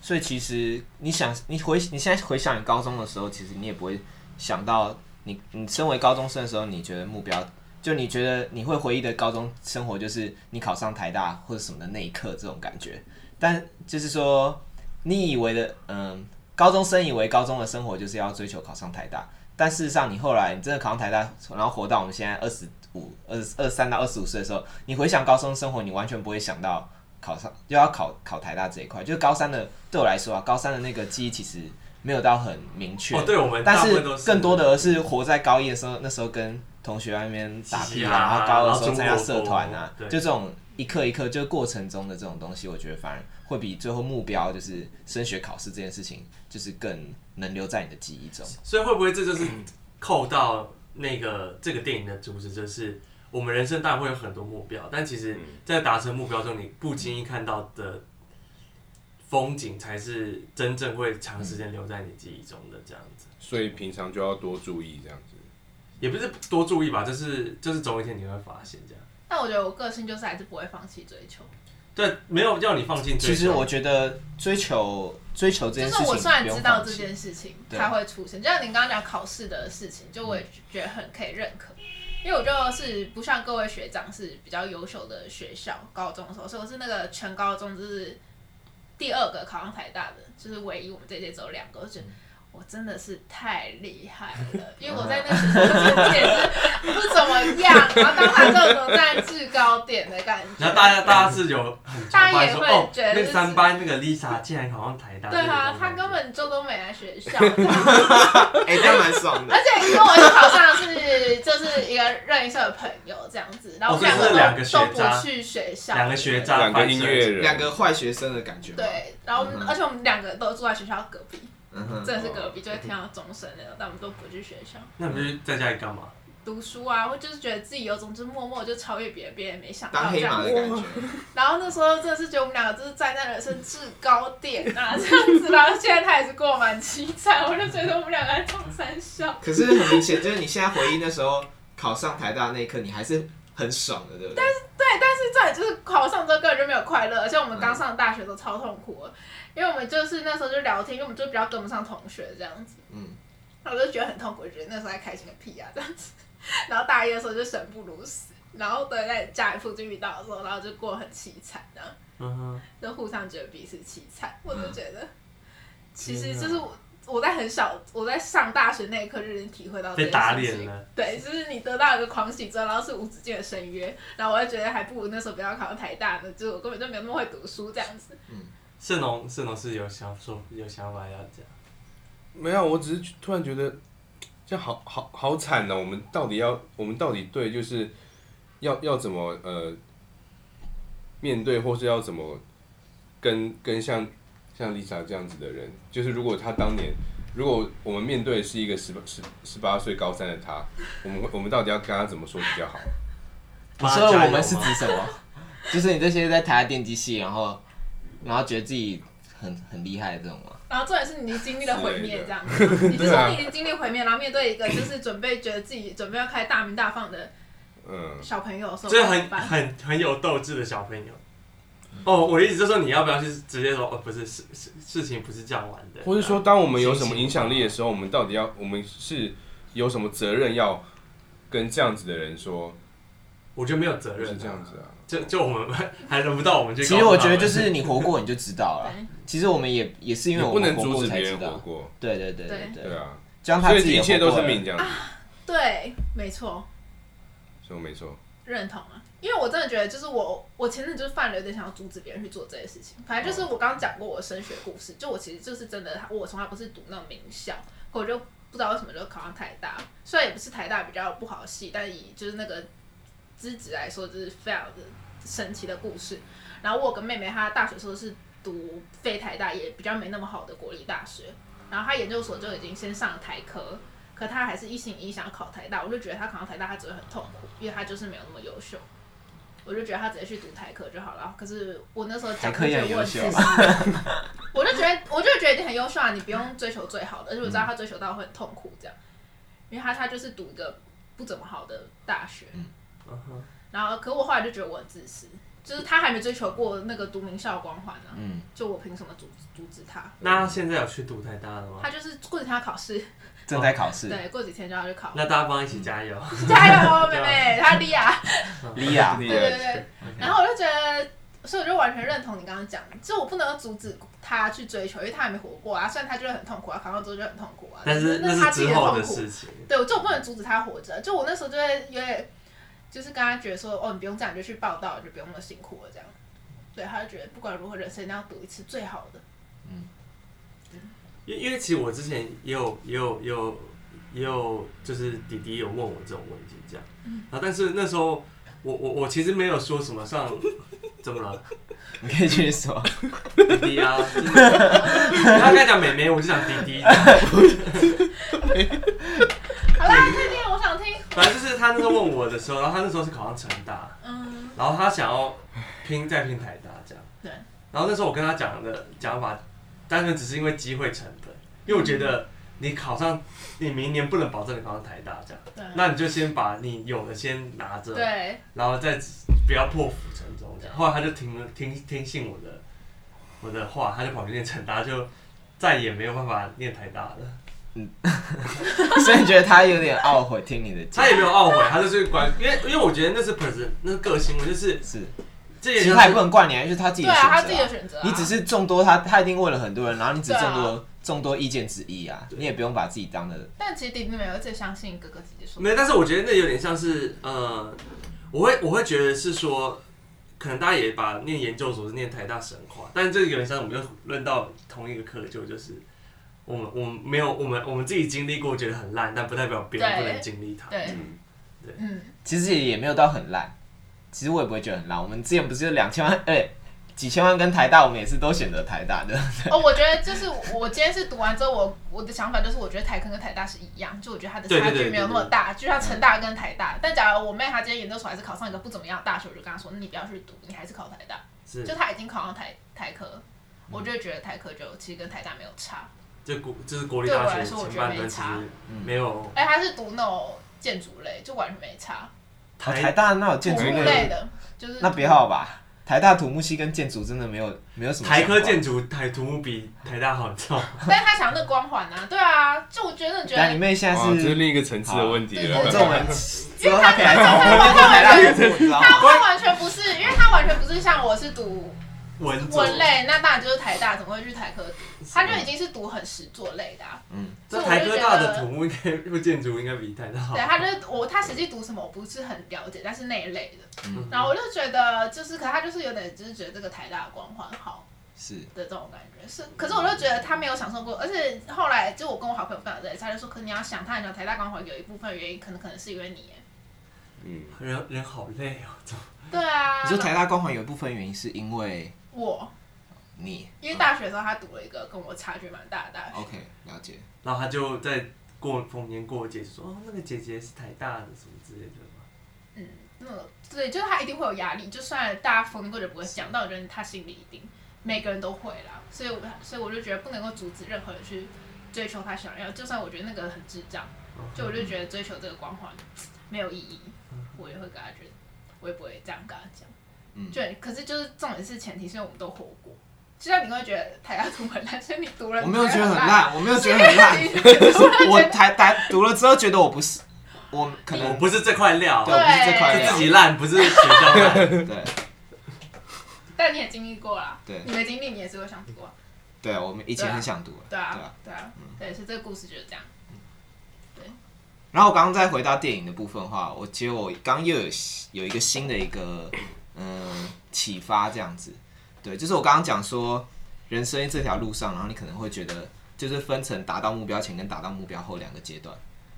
S4: 所以其实你想，你回你现在回想你高中的时候，其实你也不会想到你你身为高中生的时候，你觉得目标就你觉得你会回忆的高中生活，就是你考上台大或者什么的那一刻这种感觉。但就是说，你以为的嗯，高中生以为高中的生活就是要追求考上台大，但事实上你后来你真的考上台大，然后活到我们现在二十五、二二三到二十五岁的时候，你回想高中生活，你完全不会想到考上就要考考台大这一块。就是高三的对我来说啊，高三的那个记忆其实没有到很明确。
S1: 哦，对我们
S4: 但
S1: 大部
S4: 是
S1: 分都是
S4: 更多的是活在高一的时候，那时候跟同学外面打
S1: 嘻嘻
S4: 屁
S1: 哈哈
S4: 啊，然后高二的时候参加
S1: 然后中
S4: 社
S1: 国
S4: 团啊，
S1: 对
S4: 就这种一刻一刻，就过程中的这种东西，我觉得反而会比最后目标就是升学考试这件事情，就是更能留在你的记忆中。
S1: 所以会不会这就是扣到那个这个电影的主旨，就是我们人生当然会有很多目标，但其实，
S4: 嗯
S1: 在达成目标中，你不经意看到的风景，才是真正会长时间留在你记忆中的这样子。
S2: 所以平常就要多注意这样子。
S1: 也不是多注意吧，就是就是总有一天你会发现这样。
S3: 但我觉得我个性就是还是不会放弃追求。
S1: 对，没有要你放弃追求。
S4: 其实我觉得追求追求这
S3: 就
S4: 件事
S3: 是
S4: 情，
S3: 我虽然
S4: 不用
S3: 知道
S4: 放
S3: 这
S4: 弃
S3: 件事情
S4: 对嗯
S3: 它会出现，就像您刚刚讲考试的事情，就我也觉得很可以认可，因为我就是不像各位学长是比较优秀的学校，高中的时候，所以我是那个全高中就是第二个考上台大的，就是唯一我们这届只有两个，我觉得。
S4: 嗯
S3: 我真的是太厉害 了，因为我在那时候就是也是不怎么样，然后当然这种在制高点的感觉。
S1: 然后大家大家是有很崇拜说
S3: 大家也会
S1: 哦，
S3: 觉得
S1: 那
S3: 就是
S1: 个三班那个 Lisa 竟然考上台大，
S3: 对啊，他根本就都没来 学校，这样
S4: 哎，这样蛮爽的
S3: 而。且因为我考上是就是一个热音社的朋友这样子，然后我们
S1: 哦所以是两
S3: 两个
S1: 个
S3: 都
S1: 学
S3: 都
S1: 渣
S3: 不去学校，
S1: 两个学渣
S2: 两个音乐人，
S4: 两个坏学生的感觉，，
S3: 对，然后我
S1: 嗯
S3: 们而且我们两个都住在学校隔壁，
S4: 嗯哼，
S3: 真的是隔壁，就会听到钟声那种，但我们都不去学校
S1: 那你
S4: 嗯
S1: 们就在家里干嘛？
S3: 读书啊，或就是觉得自己有种就默默就超越别人，别人也没想到
S4: 当
S3: 这
S4: 黑马
S3: 样
S4: 的
S3: 子。
S4: 感觉，
S3: 然后那时候真的是觉得我们两个就是站在人生制高点啊， 这样子，然后现在他也是过蛮凄惨，我就觉得我们两个在唱三笑。
S4: 可是很明显，就是你现在回忆那时候考上台大那一刻，你还是很爽的，对不对？
S3: 对，但是这也就是考上之后根本就没有快乐，而且我们刚上大学都超痛苦的，因为我们就是那时候就聊天，因为我们就比较跟不上同学这样子，
S4: 嗯，
S3: 然后我就觉得很痛苦，就觉得那时候还开心个屁啊这样子， 然后大一的时候就生不如死，然后等在家里附近遇到的时候，然后就过得很凄惨，这样
S1: 嗯哼。
S3: 就互相觉得彼此凄惨，我就觉得、其
S1: 嗯天
S3: 实
S1: 哪
S3: 就是我。我在很小，我在上大学那一刻就已经体会到这
S1: 被
S3: 件
S1: 打
S3: 事情
S1: 脸了。
S3: 对，就是你得到一个狂喜之后，然后是无止境的深渊，然后我就觉得还不如那时候不要考上台大呢，就是我根本就没有那么会读书这样子。
S1: 盛龙，盛龙是有想说有想法要讲，
S2: 没有，我只是突然觉得这样好好好惨哦呢、我们到底要，我们到底对就是要要怎么呃面对，或是要怎么跟跟像像 Lisa 这样子的人，就是如果他当年，如果我们面对的是一个十十十八岁高三的他，我们会我们到底要跟他怎么说比较好？
S4: 你说的我们是指什么？ 就是你这些在台大电机系，然后然后觉得自己很很厉害的这种吗？
S3: 然后重点是你经历了毁灭，这样， 你就
S2: 对啊
S3: 说你已经经历毁灭，然后面对一个就是准备觉得自己准备要开始大名大放的
S2: 嗯，
S3: 小朋友的时候，
S1: 就是
S3: 该怎
S1: 很
S3: 么办
S1: 很很有斗志的小朋友。
S4: 嗯
S1: 哦，我的意思就是说，你要不要去直接说，哦，不是事事事情不是这样玩的，
S2: 或是说，当我们有什么影响力的时候，我们到底要我们是有什么责任要跟这样子的人说？
S1: 我觉得没有责
S2: 不是
S1: 任
S2: 这样子
S1: 啊，
S2: 啊，
S1: 就就我们还轮不到我们去。
S4: 其实我觉得就，是你活过你就知 道了。其实我们也也是因为
S2: 你
S4: 我
S2: 不
S4: 们
S2: 能
S4: 活
S2: 阻
S4: 过
S2: 止
S4: 才
S2: 别
S4: 知
S2: 人活
S4: 道。
S2: 过，
S4: 对对对对
S2: 对，啊，
S4: 就像他
S2: 所
S4: 自己
S2: 以
S4: 也
S2: 一切都
S4: 活
S2: 是
S4: 过了
S2: 命这样子，
S3: 对，没错，
S2: 说没错。
S3: 认同啊。因为我真的觉得，就是我，我前阵子就是犯了有点想要阻止别人去做这些事情。反正就是我刚刚讲过我升学故事，就我其实就是真的，我从来不是读那种名校，可我就不知道为什么就考上台大。虽然也不是台大比较不好的系，但以就是那个资质来说，就是非常的神奇的故事。然后我有个妹妹，她大学时候是读非台大，也比较没那么好的国立大学。然后她研究所就已经先上台科，可她还是一心一意想要考台大。我就觉得她考上台大，她只会很痛苦，因为她就是没有那么优秀。我就觉得她直接去读台科就好了。可是我那时候
S4: 台
S3: 讲
S4: 科也很
S3: 就
S4: 优秀
S3: 觉得我很自私我就觉得我就觉得已经很优秀啊，你不用追求最好的，而且我知道她追求到会很痛苦这样，因为她她就是读一个不怎么好的大学。
S1: 嗯哼
S3: 然后，可我后来就觉得我很自私，就是他还没追求过那个读名校光环呢、
S4: 嗯，
S3: 就我凭什么阻阻止他？
S1: 那他现在有去读台大了吗？
S3: 他就是过几天要考试，
S4: 正在考试。
S3: 对，过几天就要去考，
S1: 那大家帮一起加油。
S3: 嗯加油，妹妹，他厉害。
S4: 莉亚，
S2: 对
S1: 啊
S3: 对对对。然后我就觉得，所以我就完全认同你刚刚讲的，就我不能阻止他去追求，因为他还没活过啊。虽然他觉得很痛苦啊，考上之后就很痛苦啊，
S1: 但是
S3: 那
S1: 那
S3: 他
S1: 是
S3: 自己
S1: 之后
S3: 痛
S1: 的
S3: 苦。
S1: 事情，
S3: 对，我就不能阻止他活着。就我那时候就会有点，就是跟他觉得说，哦，你不用这样，你就去报道，你就不用那么辛苦了这样。对，他就觉得不管如何，人生一定要读一次最好的。
S1: 因因为其实我之前也有也有也有也有就是弟弟有问我这种问题这样，
S3: 嗯
S1: 然后但是那时候我我我其实没有说什么上 怎么了。
S4: 你可以去说。
S1: 弟弟啊，真的他刚才讲妹妹，我就讲弟弟。
S3: 好啦，快点，我想听。
S1: 反正就是他那时候问我的时候，然后他那时候是考上成大，
S3: 嗯，
S1: 然后他想要拼再拼台大这样。
S3: 对。
S1: 然后那时候我跟他讲的讲法，单纯只是因为机会成本，因为我觉
S3: 嗯
S1: 得你考上，你明年不能保证你考上台大这样，
S3: 对啊
S1: 那你就先把你有的先拿着，
S3: 嗯对，
S1: 然后再不要破釜沉舟这样。后来他就听了听听信我的我的话，他就跑去念成大，就再也没有办法念台大了。
S4: 所以你觉得他有点懊悔听你的
S1: 他
S4: 建
S1: 也没有懊悔，他就是管，因为因为我觉得那是 person，那是个性，我就是
S4: 议？是，
S1: 这
S4: 其
S1: 也
S4: 实
S1: 就
S4: 他也
S1: 是
S4: 不能怪你，啊，因为是他自己
S3: 对
S4: 的
S3: 啊，他自己
S4: 选
S3: 的
S4: 择啊。
S3: 选择、啊。
S4: 你只是众多他，他一定问了很多人，然后你只
S3: 对啊
S4: 众多众多意见之一啊，你也不用把自己当的
S3: 但其实弟弟没有最相信哥哥姐姐说的。
S1: 没有，但是我觉得那有点像是呃，我会我会觉得是说，可能大家也把念研究所是念台大神话，但这个有点像我们就论到同一个窠臼，就是我们我们没有我们我们自己经历过，觉得很烂，但不代表别人不
S3: 对
S1: 能经历它。
S3: 对，
S2: 嗯，
S3: 嗯，
S4: 其实也没有到很烂，其实我也不会觉得很烂。我们之前不是两千万， 哎、几千万跟台大，我们也是都选择台大的。
S3: 哦，我觉得就是我今天是读完之后，我我的想法就是，我觉得台坑跟台大是一样，就我觉得它的
S1: 对对
S3: 差
S1: 对
S3: 距没有
S1: 对
S3: 那么
S1: 对
S3: 大，就像成大跟台大。但假如我妹她今天研究所还是考上一个不怎么样的大学，我就跟她说，那你不要去读，你还是考台大。
S1: 是
S3: 就他已经考上台台科，我就觉得台科就其实跟台大没有差，
S1: 就国就是国立
S3: 对我
S1: 大学
S3: 来说我
S1: 前
S3: 觉得
S1: 半
S3: 没
S1: 段其实
S3: 差
S1: 没有
S3: 哎，他是读那种建筑类，就完全没差，
S1: 哦
S4: 台台大那有
S3: 土
S4: 建筑
S3: 木
S4: 类，
S3: 类的，就是
S4: 那别好吧？台大土木系跟建筑真的没有没有什么
S1: 台科
S4: 相关
S1: 建，筑台土木比台大好，你知道吗？
S3: 但是他想要那光环啊，对啊，就我觉得觉
S4: 但你
S3: 得。
S4: 妹现在
S2: 啊哇，这是
S4: 是
S2: 另一个层次的问题
S3: 好
S4: 我
S2: 了。
S4: 这
S3: 对
S4: 种人，之后她可以来找
S3: 因
S4: 我，
S3: 为她
S4: 念过台大建筑，你知道
S3: 他
S4: 吗？
S3: 他完全不是，因为他完全不是像我是读
S1: 文组
S3: 文类，那当然就是台大，怎么会去台科读？他就已经是读很实作类的、啊，
S1: 这台科大的土木应该不建筑应该比台大好
S3: 对，。他就是我他实际读什么我不是很了解，但是那一类的。
S1: 嗯
S3: 然后我就觉得就是，可他就是有点就是觉得这个台大的光环好，
S4: 是
S3: 的这种感觉。是，可是我就觉得他没有享受过，而且后来就我跟我好朋友分享这件事，他就说，可是你要想，他很喜欢台大光环，有一部分原因可能可能是因为你耶。
S2: 嗯，
S1: 人人好累哦，怎么
S3: 对啊，
S4: 你说台大光环有一部分原因是因为
S3: 我，
S4: 你
S3: 因为大学的时候他读了一个跟我差距蛮大的大学，
S4: OK 了解，
S1: 然后他就在过逢年过节就说哦，那个姐姐是台大的什么之类的嘛。
S3: 嗯，那对，就是他一定会有压力，就算大家逢年过节不会讲，但我觉得他心里一定每个人都会啦，所以我所以我就觉得不能够阻止任何人去追求他想要，就算我觉得那个很智障，就我就觉得追求这个光环没有意义，我也会跟他觉得，我也不会这样跟他讲，
S4: 嗯
S3: 对，可是就是重点是前提是因为我们都活过，就像你会觉得台大读很烂，所以你读了
S4: 我没有觉得很
S3: 烂，
S4: 烂，我没有觉得很烂， 我台台读了之后觉得我不是，我可
S1: 我
S4: 能
S1: 不是这块料，
S4: 对我不是这块
S1: 是
S4: 料
S1: 自己烂，不是学校烂。
S4: 对
S3: 但你也经历过啦，
S4: 对
S3: 你没经历你也是会想读啊，
S4: 对，我们以前很想读，
S3: 对
S4: 对
S3: 啊
S4: 啊，
S3: 对啊，对，所以这个故事就是这样。
S4: 然后我刚刚再回到电影的部分的话，我其实我刚又有有一个新的一个嗯启发这样子，对，就是我刚刚讲说人生这条路上，然后你可能会觉得就是分成达到目标前跟达到目标后两个阶段，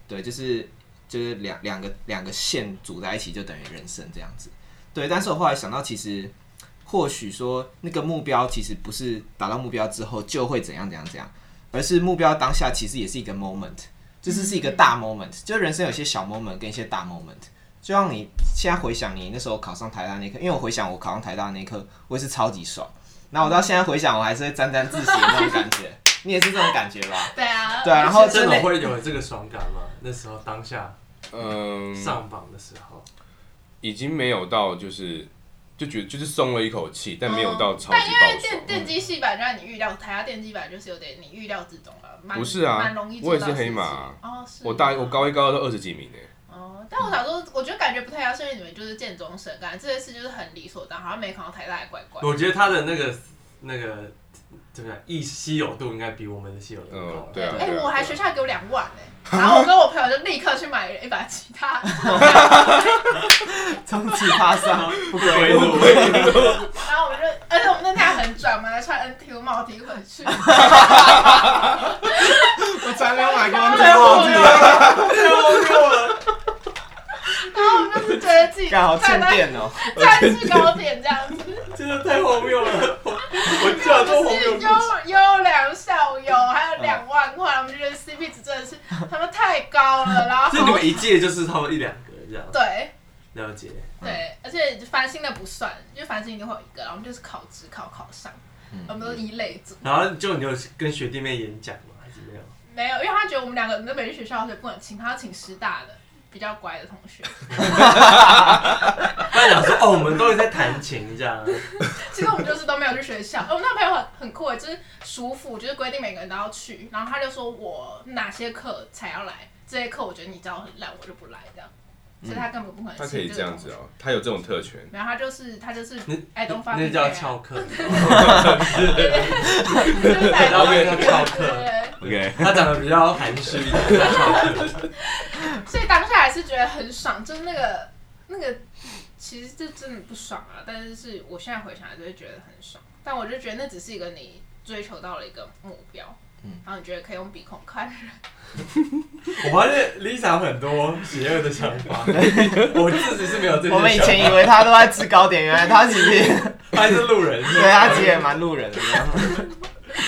S4: 对，就是就是两两个两个线组在一起就等于人生这样子，对。但是我后来想到，其实或许说那个目标其实不是达到目标之后就会怎样怎样怎样，而是目标当下其实也是一个 moment。就是是一个大 moment，就是人生有些小 moment 跟一些大 moment。就像你现在回想你那时候考上台大那一刻，因为我回想我考上台大那一刻，我也是超级爽。然后我到现在回想，我还是会沾沾自喜的那种感觉。 你也是这种感觉吧？
S3: 对啊，
S4: 对啊然后
S1: 真
S4: 真的
S1: 的会有这个爽感吗？那时候当下
S2: 嗯，
S1: 上榜的时候，
S2: 已经没有到就是就觉得就是松了一口气，但没有到超级嗯
S3: 哦但因
S2: 爆
S3: 为
S2: 爽
S3: 电。电机系版让你预料，台下电机版就是有点你预料之中了，蛮
S2: 不是啊
S3: 蛮容易做到
S2: 我也是黑马
S3: 事
S2: 啊
S3: 情哦，是
S2: 我大我高一高二都二十几名呢，
S3: 哦，但我想说，我觉得感觉不太一样，是因为你们就是建中生，感觉这件事就是很理所当然，好像没考上台大也怪怪。
S1: 我觉得他的那个那个怎么讲，稀稀有度应该比我们的稀有度高
S2: 嗯。对啊
S3: 哎、
S2: 对啊
S3: 我还
S2: 对啊
S3: 学校给我两万呢、然后我跟我朋友就立刻去买了一把吉他，
S4: 终极踏 上不归
S1: 归
S4: 路。
S1: 路，
S3: 然后我们就，而且我们那天还很拽，我们还穿 NTU 帽 T 回去，啊
S4: 我从来没有买过
S2: 啊
S4: 那
S1: 太
S4: 么
S1: 荒
S4: 忘
S1: 谬
S4: 记
S1: 了，
S4: 了，
S1: 太荒谬了。
S3: 然后我们就是觉得自己
S4: 干好欠
S3: 站在
S4: 电哦。
S3: 站制高点这样子。
S1: 真的太荒谬了，我我竟然
S3: 就
S1: 都荒
S3: 是
S1: 谬
S3: 优
S1: 不止。
S3: 优良校友，还有两万块，我们就觉得 CP 值真的是他们太高了，然后
S1: 所以你们一届就是他们一两个这样，
S3: 对
S1: 了解。
S3: 对，而且繁星的不算，因为繁星一定会有一个，然后我们就是考职考考上，
S2: 嗯
S3: 我们都是一类组，
S1: 然后就你有跟学弟妹演讲吗？还是没有？
S3: 没有，因为他觉得我们两个人都没去学校，所以不能请，他要请师大的比较乖的同 学，
S1: 他讲说哦，我们都是在弹琴这样，
S3: 其实我们就是都没有去学校。哦我那朋友很很酷耶，就是暑辅就是规定每个人都要去，然后他就说我哪些课才要来，这些课我觉得你教很烂，我就不来这样。所以他根本不可能。
S2: 嗯他可以这样子哦、。他有这种特 权。
S3: 然后他就是他就是
S1: 你
S3: 爱哎东方，啊
S1: 那叫 翘课。然后那叫翘课，
S3: 就是爱东方对对对
S2: OK，
S1: 他长得比较含蓄一点，叫翘课。
S3: 所以当下还是觉得很爽，就是那个那个，其实这真的不爽啊。但是是我现在回想来就会觉得很爽，但我就觉得那只是一个你追求到了一个目标，嗯，然后你觉得可以用鼻孔看人，
S1: 我发现 Lisa 有很多邪恶的想法，我自己是没有这些想法。
S4: 我们以前以为他都在制高点，原来他其实
S1: 他是路人，
S4: 对啊他其实也蛮路人的。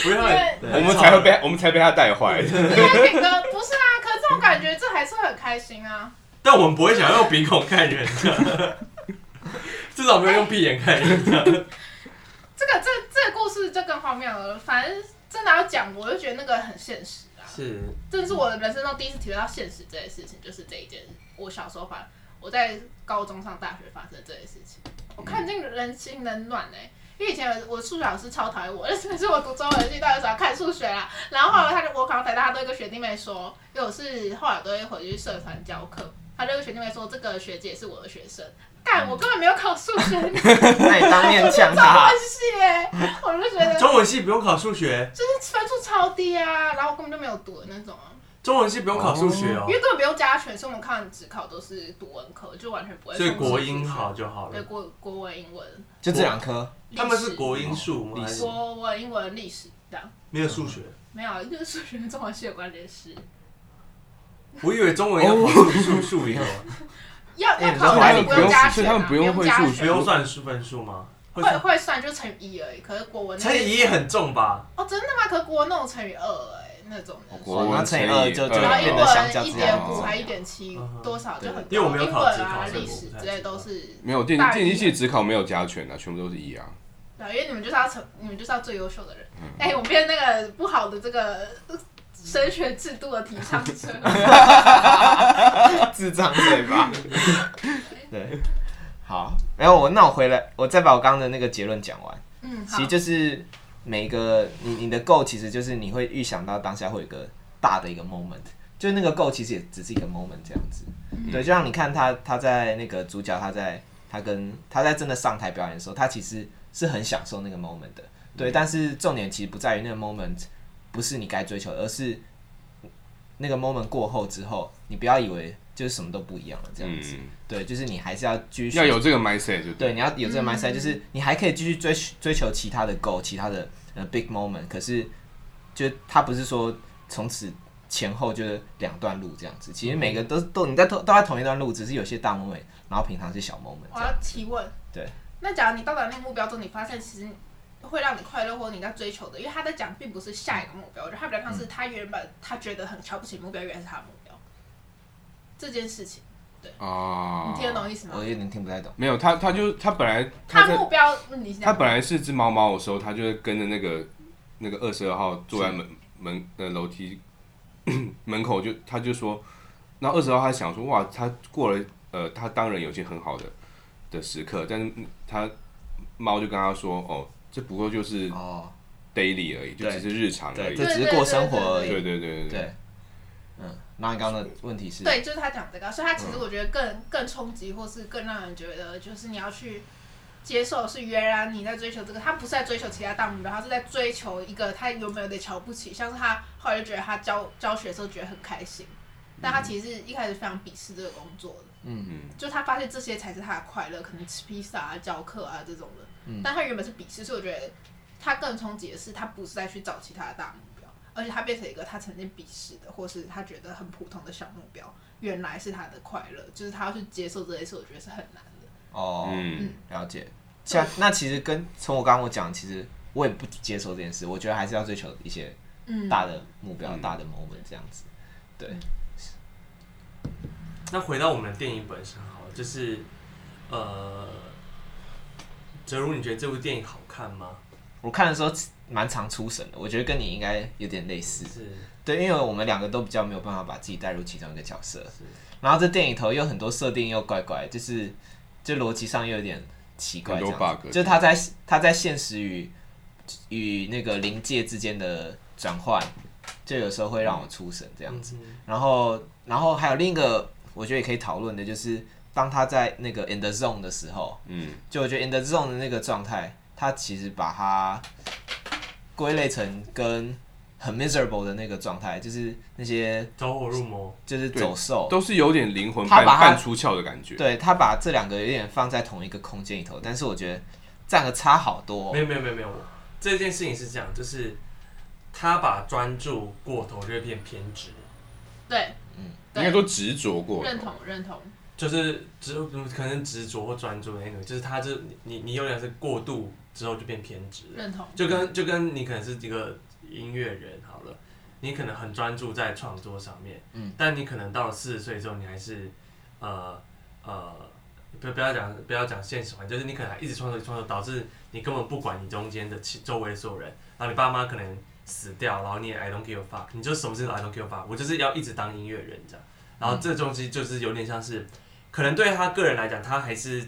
S1: 不要很
S4: 对
S2: 我们才会被我们才被他带坏。
S3: 应该可以跟不是啊，可是这种感觉这还是会很开心啊。
S1: 但我们不会想要用鼻孔看人的，至少没有用屁眼看人的。
S3: 这个这这个故事就更荒谬了，反正真的要讲，我就觉得那个很现实啊。
S1: 是，
S3: 这是我人生中第一次体会到现实这件事情，就是这一件我小时候发，我在高中上大学发生的这件事情。我看尽人心冷暖哎、因为以前我我数学老师超讨厌我，但是每次我读中文系，大家喜欢看数学啦。然后后来他就我考上台大，他都会跟学弟妹说，因为我是后来都会回去社团教课，他就跟学弟妹说这个学姐是我的学生。干，我根本没有考数学，你中
S4: 那你当面呛他
S3: 文，系哎、我就觉得
S1: 中文系不用考数学，
S3: 就是分数超低啊，然后我根本就没有读的那种啊。
S1: 中文系不用考数学哦
S3: 因，为根本不用加权，所以我们看只考都是读文科，就完全不会。
S1: 所以国英，好就好
S3: 对
S1: 了。
S3: 国国文、英文，
S4: 就这两科。
S1: 他们是国英数吗？还
S4: 历
S1: 是
S4: 史
S3: 国文、英文、历史这样，
S1: 没有数学，
S3: 没有，啊就是数学跟中文系有关联系。
S1: 我以为中文要考数数数理哦。
S3: 要要
S4: 哎
S3: 考
S4: 所以
S3: 还
S4: 他
S3: 是
S4: 们
S3: 不
S4: 不
S3: 用
S4: 用
S3: 加
S2: 所以他们不用会数
S3: 钱啊，加钱
S1: 不用算数分数吗？会
S3: 会会算就乘以一而已。可是国文那
S1: 乘以一很重吧？
S3: 哦，真的吗？可是国文那种乘以二哎，那种的
S2: 哦国
S4: 哇，那乘以二就就
S2: 对
S3: 然后
S4: 变
S3: 英
S4: 得相较
S3: 文一
S4: 之
S3: 点
S4: 下
S3: 五
S2: 哦
S3: 还一点七
S1: 嗯哼
S3: 多少就很高，
S1: 因为我没有
S3: 英
S1: 考
S3: 文
S1: 职考
S3: 啊
S1: 所以
S3: 历
S1: 我
S3: 史
S1: 不太
S3: 之类
S1: 知
S3: 都
S1: 道
S3: 是。
S2: 没有电
S3: 大一
S2: 电机系只考没有加权啊，全部都是一啊。
S3: 对，因为你们就是要成，你们就是要最优秀的人。
S4: 嗯
S3: 哎、我变那个不好的这个呃升学制度的提 倡者。
S4: 智障对吧？对，好，然后我那我回来，我再把我刚刚的那个结论讲完。
S3: 嗯，好
S4: 其实。就是每个你你的 goal，其实就是你会预想到当下会有一个大的一个 moment，就是那个 goal 其实也只是一个 moment 这样子。对，就像你看他他在那个主角他在他跟他在真的上台表演的时候，他其实是很享受那个 moment 的。对，但是重点其实不在于那个 moment 不是你该追求的，而是那个 moment 过后之后，你不要以为就是什么都不一样了这样子。
S2: 嗯
S4: 对，就是你还是要继续
S2: 要有这个 mindset 就
S4: 对，
S2: 对。
S4: 你要有这个 mindset，、
S3: 嗯
S4: 就是你还可以继续追追求其他的 goal，其他的呃 big moment。可是，就他不是说从此前后就是两段路这样子，其实每个
S2: 嗯
S4: 都都你在都都在同一段路，只是有些大 moment，然后平常是小 moment 这
S3: 我
S4: 样。
S3: 要提问。
S4: 对。
S3: 那假如你到达那个目标之后，你发现其实会让你快乐或你在追求的，因为他在讲并不是下一个目标，我觉得他比较像
S4: 嗯
S3: 是他原本他觉得很瞧不起的目标，原来是他的目标。这件事情，
S2: 啊，
S3: 你听得懂意思吗
S4: 哦我？有点听不太懂。
S2: 没有，他他就他本来
S3: 他
S2: 在
S3: 目标，嗯你
S2: 他
S3: 讲。
S2: 本来是只猫猫的时候，他就会跟着那个那个二十二号坐在门门呃楼梯 门口就，他就说，然后二十二号他想说，哇，他过了呃，他当然有些很好的的时刻，但是嗯他猫就跟他说，哦，这不过就是
S4: 哦，
S2: daily 而已，就
S4: 对
S2: 只是日常而
S4: 哦对，
S2: 已。
S4: 这
S2: 对
S4: 只是过生活而已。
S2: 对对对对，
S4: 对，嗯，那你刚刚的问题是，
S3: 对，就是他讲这个，所以他其实我觉得更、更冲击，或是更让人觉得，就是你要去接受，是原来你在追求这个，他不是在追求其他大目标，他是在追求一个他有没有点瞧不起，像是他后来就觉得他教教学的时候觉得很开心，但他其实一开始非常鄙视这个工作的，
S4: 嗯
S2: 嗯，
S3: 就他发现这些才是他的快乐，可能吃披萨啊、教课啊这种的，
S4: 嗯
S3: 但他原本是鄙视，所以我觉得他更冲击的是，他不是在去找其他的大目标，而且他变成一个他曾经鄙视的，或是他觉得很普通的小目标，原来是他的快乐，就是他要去接受这件事，我觉得是很难的。
S4: 哦，
S2: 嗯，
S4: 了解。像那其实跟从我刚刚我讲，其实我也不接受这件事，我觉得还是要追求一些
S3: 嗯，
S4: 大的目标、
S2: 嗯
S4: 大的 moment 这样子。对，
S1: 那回到我们的电影本身好了，就是呃，哲如，你觉得这部电影好看吗？
S4: 我看的时候蛮常出神的，我觉得跟你应该有点类似。
S1: 是
S4: 对，因为我们两个都比较没有办法把自己带入其中一个角色
S1: 是，
S4: 然后这电影头又很多设定又怪怪，就是就逻辑上又有点奇怪
S2: 很
S4: 这
S2: 多
S4: 样子，
S2: bug
S4: 就是他在他在现实与与那个临界之间的转换，就有时候会让我出神这
S2: 嗯
S4: 样子。
S1: 子，
S4: 然后，然后还有另一个，我觉得也可以讨论的，就是当他在那个 in the zone 的时候，
S2: 嗯，
S4: 就我觉得 in the zone 的那个状态，他其实把它归类成跟很 miserable 的那个状态，就是那些
S1: 走火入魔，
S4: 就是
S2: 对
S4: 走兽，
S2: 都是有点灵魂
S4: 他
S2: 半
S4: 把他
S2: 半出窍的感觉。
S4: 对他把这两个有点放在同一个空间里头，但是我觉得这两个差好多哦、
S1: 没有没有没有没有，我这件事情是这样，就是他把专注过头就会变偏执，
S3: 对，
S4: 嗯，
S2: 应
S3: 对
S2: 该说执着过头，
S3: 认同认同，
S1: 就是执可能执着或专注的那种，就是他就你你你有点是过度之后就变偏执了，
S3: 认同，
S1: 就跟就跟你可能是一个音乐人好了，你可能很专注在创作上面，
S4: 嗯，
S1: 但你可能到了四十岁之后，你还是呃呃，不不要讲不要讲现实环境，就是你可能还一直创作一直创作，导致你根本不管你中间的其周围所有人，然后你爸妈可能死掉，然后你也 I don't give a fuck，你就什么事都 I don't give a fuck，我就是要一直当音乐人这样，然后这东西就是有点像是，可能对他个人来讲，他还是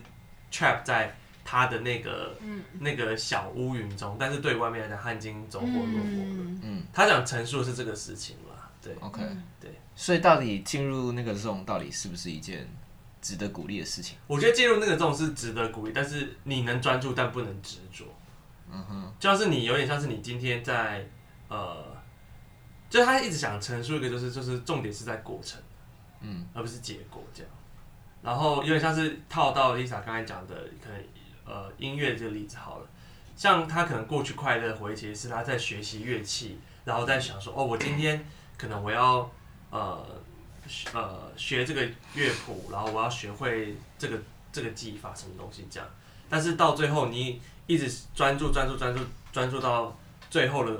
S1: trap 在他的那个
S3: 嗯
S1: 那个小乌云中，但是对外面来讲，他已经走火入魔了。
S3: 嗯
S4: 嗯
S1: 他想陈述的是这个事情啦，对，
S4: 哦，OK，
S2: 嗯
S1: 对，
S4: 所以到底进入那个 zone 到底是不是一件值得鼓励的事情？
S1: 我觉得进入那个这种是值得鼓励，但是你能专注，但不能执着。
S4: 嗯哼，
S1: 就像是你有点像是你今天在呃，就是他一直想陈述一个，就是就是重点是在过程，
S4: 嗯，
S1: 而不是结果这样。然后有点像是套到 Lisa 刚才讲的，可能呃音乐这个例子好了，像他可能过去快乐的回忆，其实是他在学习乐器，然后在想说哦，我今天可能我要呃呃学这个乐谱，然后我要学会这个这个技法什么东西这样。但是到最后你一直专注专注专注专注到最后的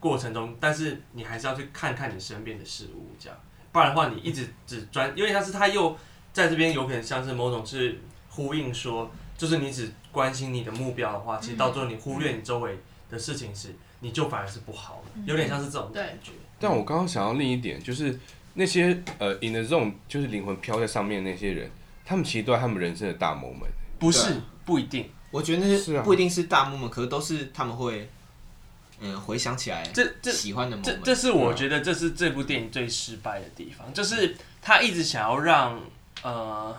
S1: 过程中，但是你还是要去看看你身边的事物这样，不然的话你一直只专，因为像是他又在这边有可能像是某种是呼应说，就是你只关心你的目标的话，其实到最后你忽略你周围的事情时，你就反而是不好的，有点像是这种
S3: 对
S1: 感觉。
S2: 但我刚刚想到另一点，就是那些呃 in the zone，就是灵魂飘在上面那些人，他们其实都在他们人生的大 moment。
S1: 不
S4: 对
S1: 是不一定，
S4: 我觉得那
S2: 是
S4: 些
S2: 啊
S4: 不一定是大 moment，可是都是他们会嗯回想起来
S1: 这这
S4: 喜欢的
S1: 这
S4: moment。
S1: 这是我觉得这是这部电影最失败的地方，就是他一直想要让呃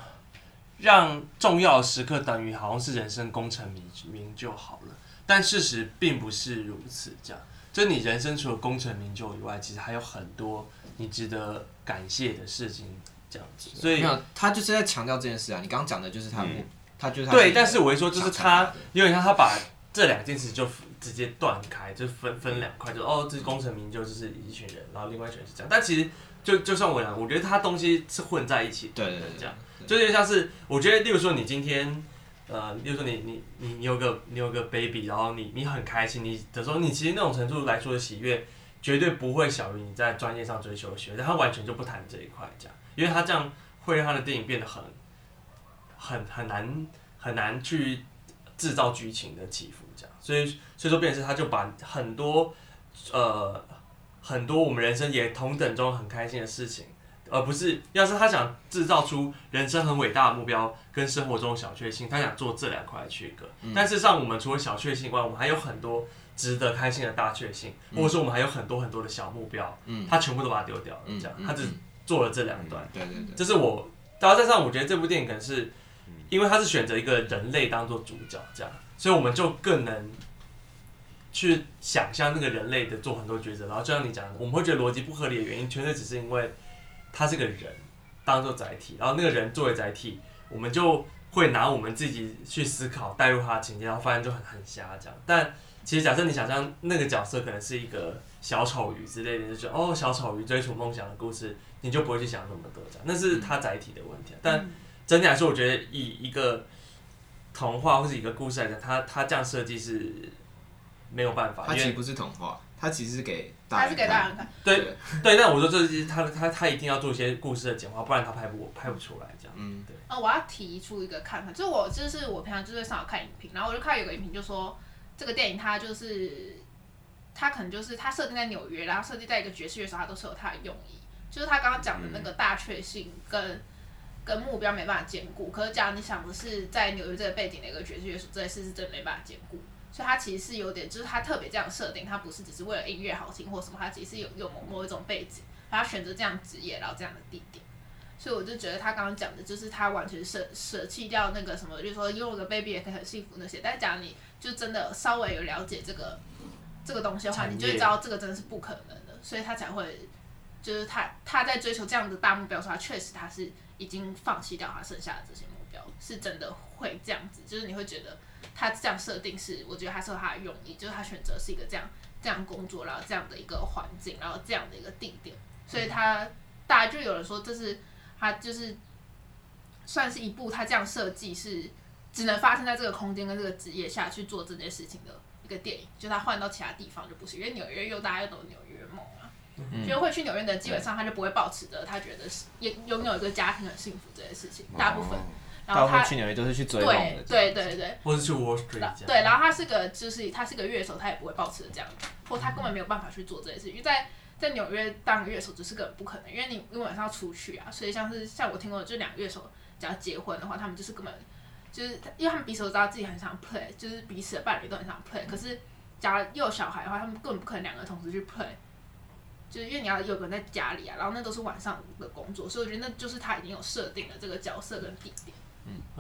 S1: 让重要的时刻等于好像是人生功成名名就好了，但事实并不是如此。这样，就是你人生除了功成名就以外，其实还有很多你值得感谢的事情。这样子，所
S4: 没
S1: 以
S4: 有，他就是在强调这件事啊。你刚刚讲的就是他，
S2: 嗯
S4: 他就是他
S1: 对，但是我会说，就是
S4: 想传达
S1: 他
S4: 的
S1: 有点像他把这两件事就直接断开，就分分两块，就哦，这是功成名就，就是一群人，然后另外一群人是这样。但其实就就像我讲，我觉得他东西是混在一起的，
S4: 对对对
S1: 这样
S4: 对
S1: 就有点像是我觉得，例如说你今天。呃，例如说你你你你有个你有个 baby，然后你你很开心，你的时候你其实那种程度来说的喜悦，绝对不会小于你在专业上追求的学，但他完全就不谈这一块，这样，因为他这样会让他的电影变得很很很难很难去制造剧情的起伏，这样，所以所以说，变成是他就把很多呃很多我们人生也同等中很开心的事情，而不是要是他想制造出人生很伟大的目标跟生活中的小确幸，他想做这两块来区隔。
S4: 嗯
S1: 但事实上，我们除了小确幸以外，我们还有很多值得开心的大确幸，或者说我们还有很多很多的小目标，
S4: 嗯
S1: 他全部都把它丢掉了，
S4: 嗯
S1: 这样
S4: 嗯
S1: 他只做了这两段。
S4: 对对对，
S1: 这是我，然后再加上我觉得这部电影可能是，因为它是选择一个人类当做主角这样，所以我们就更能去想象那个人类的做很多抉择。然后就像你讲的，我们会觉得逻辑不合理的原因，纯粹只是因为他是个人当做载体，然后那个人作为载体，我们就会拿我们自己去思考，带入他的情节，然后发现就很很瞎这样。但其实假设你想象那个角色可能是一个小丑鱼之类的，就觉得哦，小丑鱼追逐梦想的故事，你就不会去想那么多这样，那是他载体的问题啊。但
S3: 嗯
S1: 整体来说，我觉得以一个童话或是一个故事来讲，它它这样设计是没有办法，
S4: 他
S1: 因
S4: 其实
S1: 为
S4: 不是童话，他其实是给大
S3: 他
S4: 人
S3: 是给大人看，
S1: 对对。但我说这是他他他一定要做一些故事的简化，不然他拍不拍不出来这样。
S4: 嗯
S1: 对。
S3: 啊，我要提出一个看法，就是我就是我平常就是上网看影评，然后我就看有个影评就说这个电影它就是它可能就是它设定在纽约，然后设定在一个爵士乐手，它都是有它的用意，就是他刚刚讲的那个大确幸跟、跟目标没办法兼顾，可是假如你想的是在纽约这个背景的一个爵士乐手，这件事是真的没办法兼顾。所以它其实是有点，就是它特别这样设定，它不是只是为了音乐好听或什么，它其实有有某某一种背景，然后它选择这样职业，然后这样的地点。所以我就觉得他刚刚讲的，就是他完全舍舍弃掉那个什么，就是说拥有个 baby 也可以很幸福那些。但假如你就真的稍微有了解这个这个东西的话，
S1: 产业
S3: 你就会知道这个真的是不可能的，所以他才会就是他他在追求这样的大目标的时候，他确实他是已经放弃掉他剩下的这些目标，是真的会这样子，就是你会觉得他这样设定是，我觉得他是有他的用意，就是他选择是一个这样这样工作，然后这样的一个环境，然后这样的一个地点，所以他大家就有人说这是他就是算是一部他这样设计是只能发生在这个空间跟这个职业下去做这件事情的一个电影，就他换到其他地方就不是，因为纽约又大家又懂纽约梦啊。
S4: 嗯
S3: 就会去纽约的，基本上他就不会抱持着他觉得是也拥有一个家庭很幸福这件事情，大部分，
S1: 哦
S3: 然
S4: 哦大
S3: 后
S4: 部分
S3: 他
S4: 去纽约都是去追梦
S3: 对
S4: 的，
S3: 对对对，
S1: 或是去 Wall Street
S3: 然
S1: 这样，
S3: 对，然后他是个就是他是个乐手，他也不会保持着这样，或他根本没有办法去做这件事，因为在在纽约当乐手只是个不可能，因为你因为晚上要出去啊，所以像是像我听过的，就两个乐手只要结婚的话，他们就是根本就是因为他们彼此都知道自己很想 play，就是彼此的伴侣都很想 play，可是假如又有小孩的话，他们根本不可能两个同时去 play。就是因为你要有个人在家里啊，然后那都是晚上的工作，所以我觉得那就是他已经有设定了这个角色跟地点。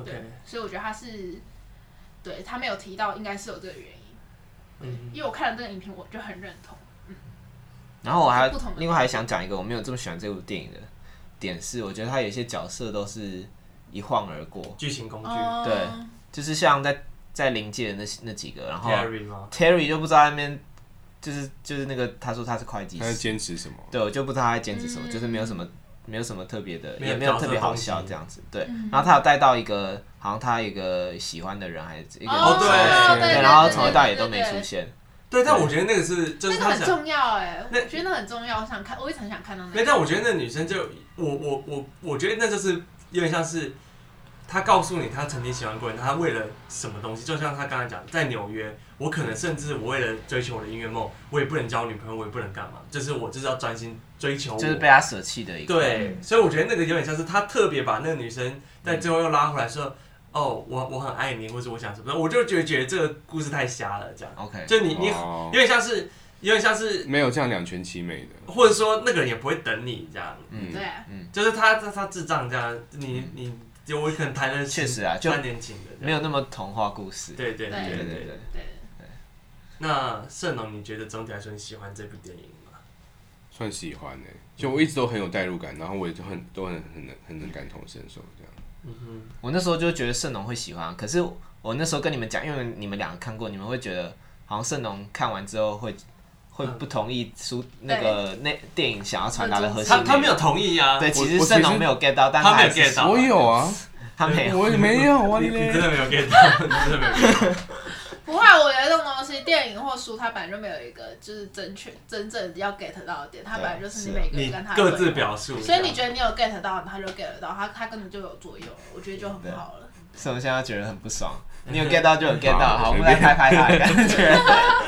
S3: 对
S1: OK，，
S3: 所以我觉得他是，对他没有提到，应该是有这个原因。
S1: 嗯，
S3: 因为我看了这个影评，我就很认同。
S4: 然后我还
S3: 不同的
S4: 另外还想讲一个我没有这么喜欢这部电影的点是，我觉得他有一些角色都是一晃而过，
S1: 剧情工具
S3: 哦
S4: 对就是像在在临界的那那几个，然后
S1: Terry 吗？
S4: Terry 就不知道在那边就是就是那个他说他是会计
S2: 他在
S4: 师，
S2: 坚持什么？
S4: 对，我就不知道他在兼职什么，
S3: 嗯
S4: 就是没有什么没有什么特别的，
S1: 没有
S4: 也没有特别好笑这样子。对，
S3: 嗯
S4: 然后他有带到一个，好像他有一个喜欢的人还是一个
S1: 哦对对对
S4: 对，
S1: 对
S4: 然后从头到尾都没出现。
S1: 对，但我觉得那个是就是
S3: 那个
S1: 他
S3: 很
S1: 想，
S3: 重要哎，我
S1: 那
S3: 觉得那很重要，我想看，我一直很想看到那
S1: 没，
S3: 个。
S1: 但我觉得那女生就我我我我觉得那就是有点像是。他告诉你他曾经喜欢过人，他为了什么东西？就像他刚才讲，在纽约，我可能甚至我为了追求我的音乐梦，我也不能交女朋友，我也不能干嘛，就是我就是要专心追求我。
S4: 就是被他舍弃的一个。
S1: 对，所以我觉得那个有点像是他特别把那个女生在最后又拉回来说，哦，我我很爱你，或者我想什么，我就觉得觉得这个故事太瞎了，这样，
S4: ，OK，
S1: 就你你
S2: 哦
S1: 有点像是有点像是，
S2: 没有这样两全其美的，
S1: 或者说那个人也不会等你这样，
S2: 嗯，
S3: 对，
S1: 就是他他他智障这样，你你就我可能谈了
S4: 嗯确实啊就
S1: 三年情的这
S4: 没
S1: 样，
S4: 有那么童话故事。
S1: 对对
S3: 对
S1: 对
S4: 对
S1: 对
S4: 对。
S3: 对，
S1: 那盛龙，你觉得总体来说你喜欢这部电影吗？
S2: 算喜欢呢、就我一直都很有代入感，然后我也就很都很很能很能感同身受这样。
S1: 嗯
S4: 我那时候就觉得盛龙会喜欢，可是我那时候跟你们讲，因为你们两个看过，你们会觉得好像盛龙看完之后会会不同意书那个那电影想要传达的核
S1: 哼，
S4: 心
S1: 嗯他
S4: 内容。
S1: 他没有同意啊，
S4: 对，
S2: 我
S4: 其实
S2: 我
S4: 盛
S2: 其
S4: 龙
S2: 实
S4: 没有 get 到，但
S1: 他没有
S4: 还是
S1: get 到
S2: 我有啊，
S4: 他没 有。
S2: 我也没有啊
S1: 你你真
S2: 嘞。
S1: 的没有 get 到，你真的没 有 get 到。
S3: 不会，我觉得这种东西，电影或书，它本来就没有一个就是正确真正要 get 到的点，它本来就是你每个
S1: 啊你
S3: 人跟他
S1: 各自
S3: 对话
S1: 表述，
S3: 所以你觉得你有 get 到，他就 get 到，他他根本就有作用，我觉得就很好了。
S4: 盛龙现在觉得很不爽，你 有 get 到就有 get
S2: 好
S4: 到，好，我们
S2: 随
S4: 来
S2: 便
S4: 拍拍他的感觉。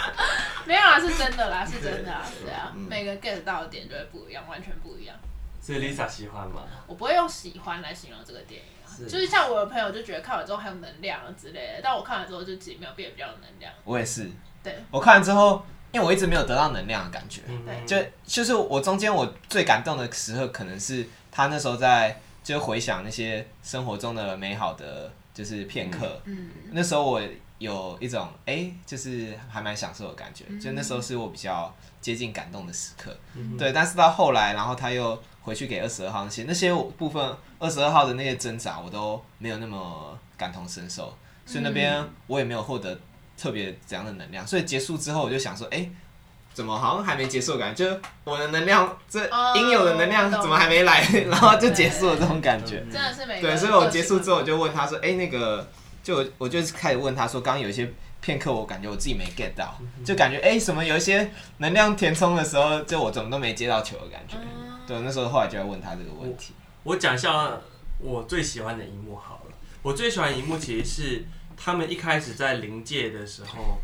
S3: 没有啊，是真的啦，是真的啦，对啊，每个 get 到的点就会不一样，完全不一样。
S1: 所以 Lisa 喜欢吗？
S3: 我不会用喜欢来形容这个电影啊，
S1: 是
S3: 就是像我的朋友就觉得看完之后很有能量啊之类的，但我看完之后就自己没有变得比较有能量。
S4: 我也是，
S3: 对
S4: 我看完之后，因为我一直没有得到能量的感觉，
S1: 嗯，
S4: 就就是我中间我最感动的时刻，可能是他那时候在就回想那些生活中的美好的就是片刻，
S3: 嗯，
S4: 那时候我有一种哎、诶就是还蛮享受的感觉，
S3: 嗯
S4: 就那时候是我比较接近感动的时刻，
S1: 嗯
S4: 对，但是到后来，然后他又回去给二十二号那些那些我部分二十二号的那些挣扎，我都没有那么感同身受，所以那
S3: 嗯
S4: 边我也没有获得特别怎样的能量，所以结束之后我就想说，哎、怎么好像还没结束的感觉？就是我的能量，这
S3: 哦
S4: 应有的能量
S3: 懂
S4: 怎么还没来？ 然后就结束了这种感觉。
S3: 真的是每个
S4: 对，
S3: 人
S4: 所以
S3: 个
S4: 我
S3: 性
S4: 结束之后我
S3: 不
S4: 就问他说：“哎、那个，就我我就是开始问他说，刚刚有一些片刻，我感觉我自己没 get 到，
S1: 嗯
S4: 就感觉哎、诶什么有一些能量填充的时候，就我怎么都没接到球的感觉。
S3: 嗯
S4: 对，那时候后来就在问他这个问题。
S1: 我讲一下我最喜欢的一幕好了。我最喜欢的一幕其实是他们一开始在临界的时候，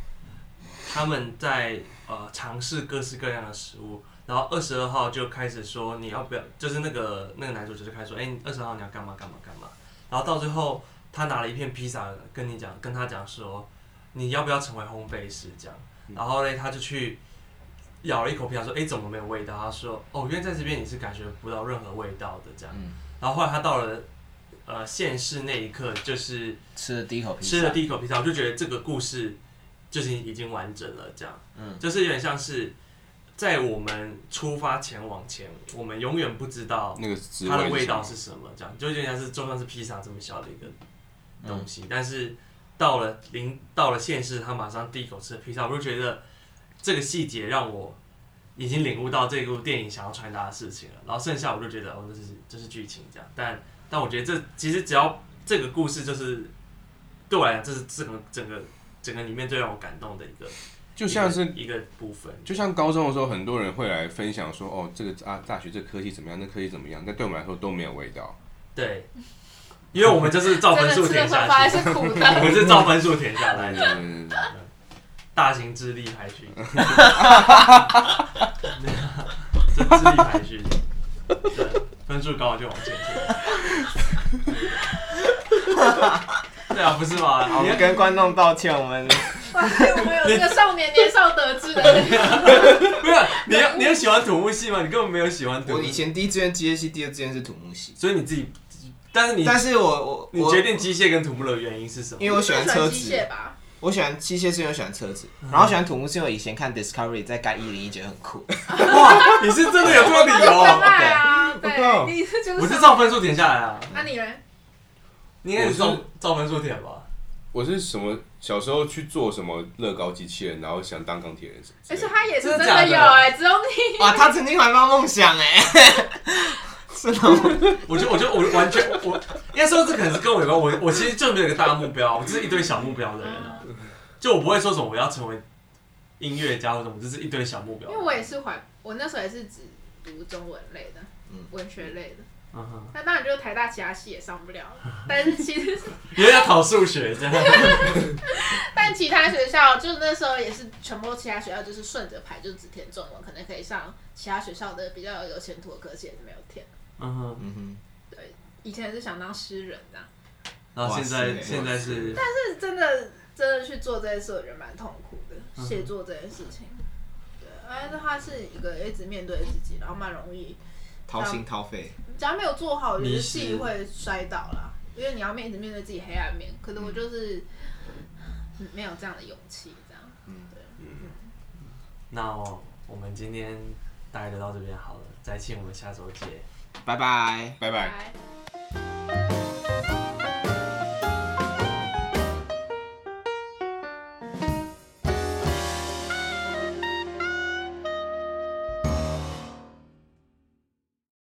S1: 他们在呃尝试各式各样的食物，然后二十二号就开始说你要不要，就是那个那个男主角就开始说，哎、二十二号你要干嘛干嘛干嘛，然后到最后他拿了一片披萨跟你讲，跟他讲说你要不要成为烘焙师这样，然后嘞他就去。咬了一口披萨，说：“哎、怎么没有味道？”他说：“哦，因为在这边你是感觉不到任何味道的这样。”
S4: 嗯
S1: 然后后来他到了呃县市那一刻，就是
S4: 吃了第一口披萨，
S1: 吃了第一口披萨，我就觉得这个故事就是已经完整了，这样，
S4: 嗯，
S1: 就是有点像是在我们出发前往前，我们永远不知道
S2: 那个滋
S1: 它的
S2: 味
S1: 味
S2: 是什
S1: 道
S2: 么
S1: 是什么，这样就有点像是就算是披萨这么小的一个东
S2: 嗯
S1: 西，但是到了临到了县市，他马上第一口吃的披萨，我就觉得这个细节让我。已经领悟到这部电影想要传达的事情了，然后剩下我就觉得哦，这是这是剧情这样，但但我觉得这其实只要这个故事就是对我来讲，这是整个整个整个里面最让我感动的一个，
S2: 就像是
S1: 一个一个部分。
S2: 就像高中的时候，很多人会来分享说，哦，这个啊大学这科系怎么样，那科系怎么样，但对我们来说都没有味道。
S1: 对，因为我们就是照分
S3: 真的
S1: 数
S3: 吃的
S1: 填
S3: 时候
S1: 下
S3: 发
S1: 去，
S3: 现是苦
S1: 我们
S3: 的，
S1: 是照分数填下来
S2: 嗯
S1: 的，
S2: 嗯嗯
S1: 大型智力排序， 这智力排序，对，分数高就往前填。对啊，不是吗？
S4: 好，我
S1: 你
S4: 们跟观众道歉，我们
S3: 哇，我们有这个少年年少得志的那个，
S1: 不是你有你有喜欢土木系吗？你根本没有喜欢土
S4: 我
S1: 木
S4: 以
S1: 系，
S4: 前第一志愿机械系，第二志愿是土木系，
S1: 所以你自己，但是你
S4: 但是我我
S1: 你
S4: 我
S1: 决定机械跟土木的原因是什么？
S4: 因为我喜欢车
S3: 机
S4: 子，
S3: 械吧，
S4: 我喜欢机械是因为我喜欢车子，
S1: 嗯
S4: 然后喜欢土木是因为以前看 Discovery 在盖一零一觉得很酷，
S1: 哇，你是真的有这个理由
S3: 真
S1: 哦？
S3: 爱啊，对，
S2: 靠
S3: 你是就是
S1: 我是照分数填下来啊，
S3: 那你呢？
S1: 你应该是
S2: 我
S1: 照
S2: 是
S1: 照分数填吧？
S2: 我是什么小时候去做什么乐高机器人，然后想当钢铁人什么之
S3: 而
S2: 类的
S3: 且他也是
S1: 真的
S3: 真
S1: 假的
S3: 的有哎，只有你
S4: 欸哇，他曾经怀抱梦想哎，真的吗？
S1: 我觉得，我觉得我完全我应该说这可能是跟我有关。我我其实就没有一个大目标，我就是一堆小目标的人啊。就我不会说什么我要成为音乐家或什么，就是一堆小目标
S3: 因为。我也是环，我那时候也是只读中文类的，文学类的。
S1: 嗯哼，
S3: 那当然就是台大其他系也上不了， 但是其实
S1: 因为要考数学 这样。
S3: 但其他学校就是那时候也是全部其他学校就是顺着排，就只填中文，可能可以上其他学校的比较有前途的科系，也是没有填。
S1: 嗯哼，
S4: 嗯哼，
S3: 以前是想当诗人啊的、
S1: 然后现
S4: 哇塞
S1: 在现在是
S3: 但是真的真的去做这件事，我觉得蛮痛苦的，
S1: 嗯哼
S3: 写作这件事情。对，而且他是一个一直面对自己，然后蛮容易，
S4: 掏心掏肺，
S3: 只要没有做好，我觉得
S1: 迷
S3: 自
S1: 失
S3: 己会摔倒啦。因为你要面一直面对自己黑暗面，可能
S1: 嗯
S3: 我就是没有这样的勇气，这样。
S1: 那我我们今天大概就到这边好了，再见，我们下周见。
S4: 拜拜。
S2: 拜拜。
S3: 拜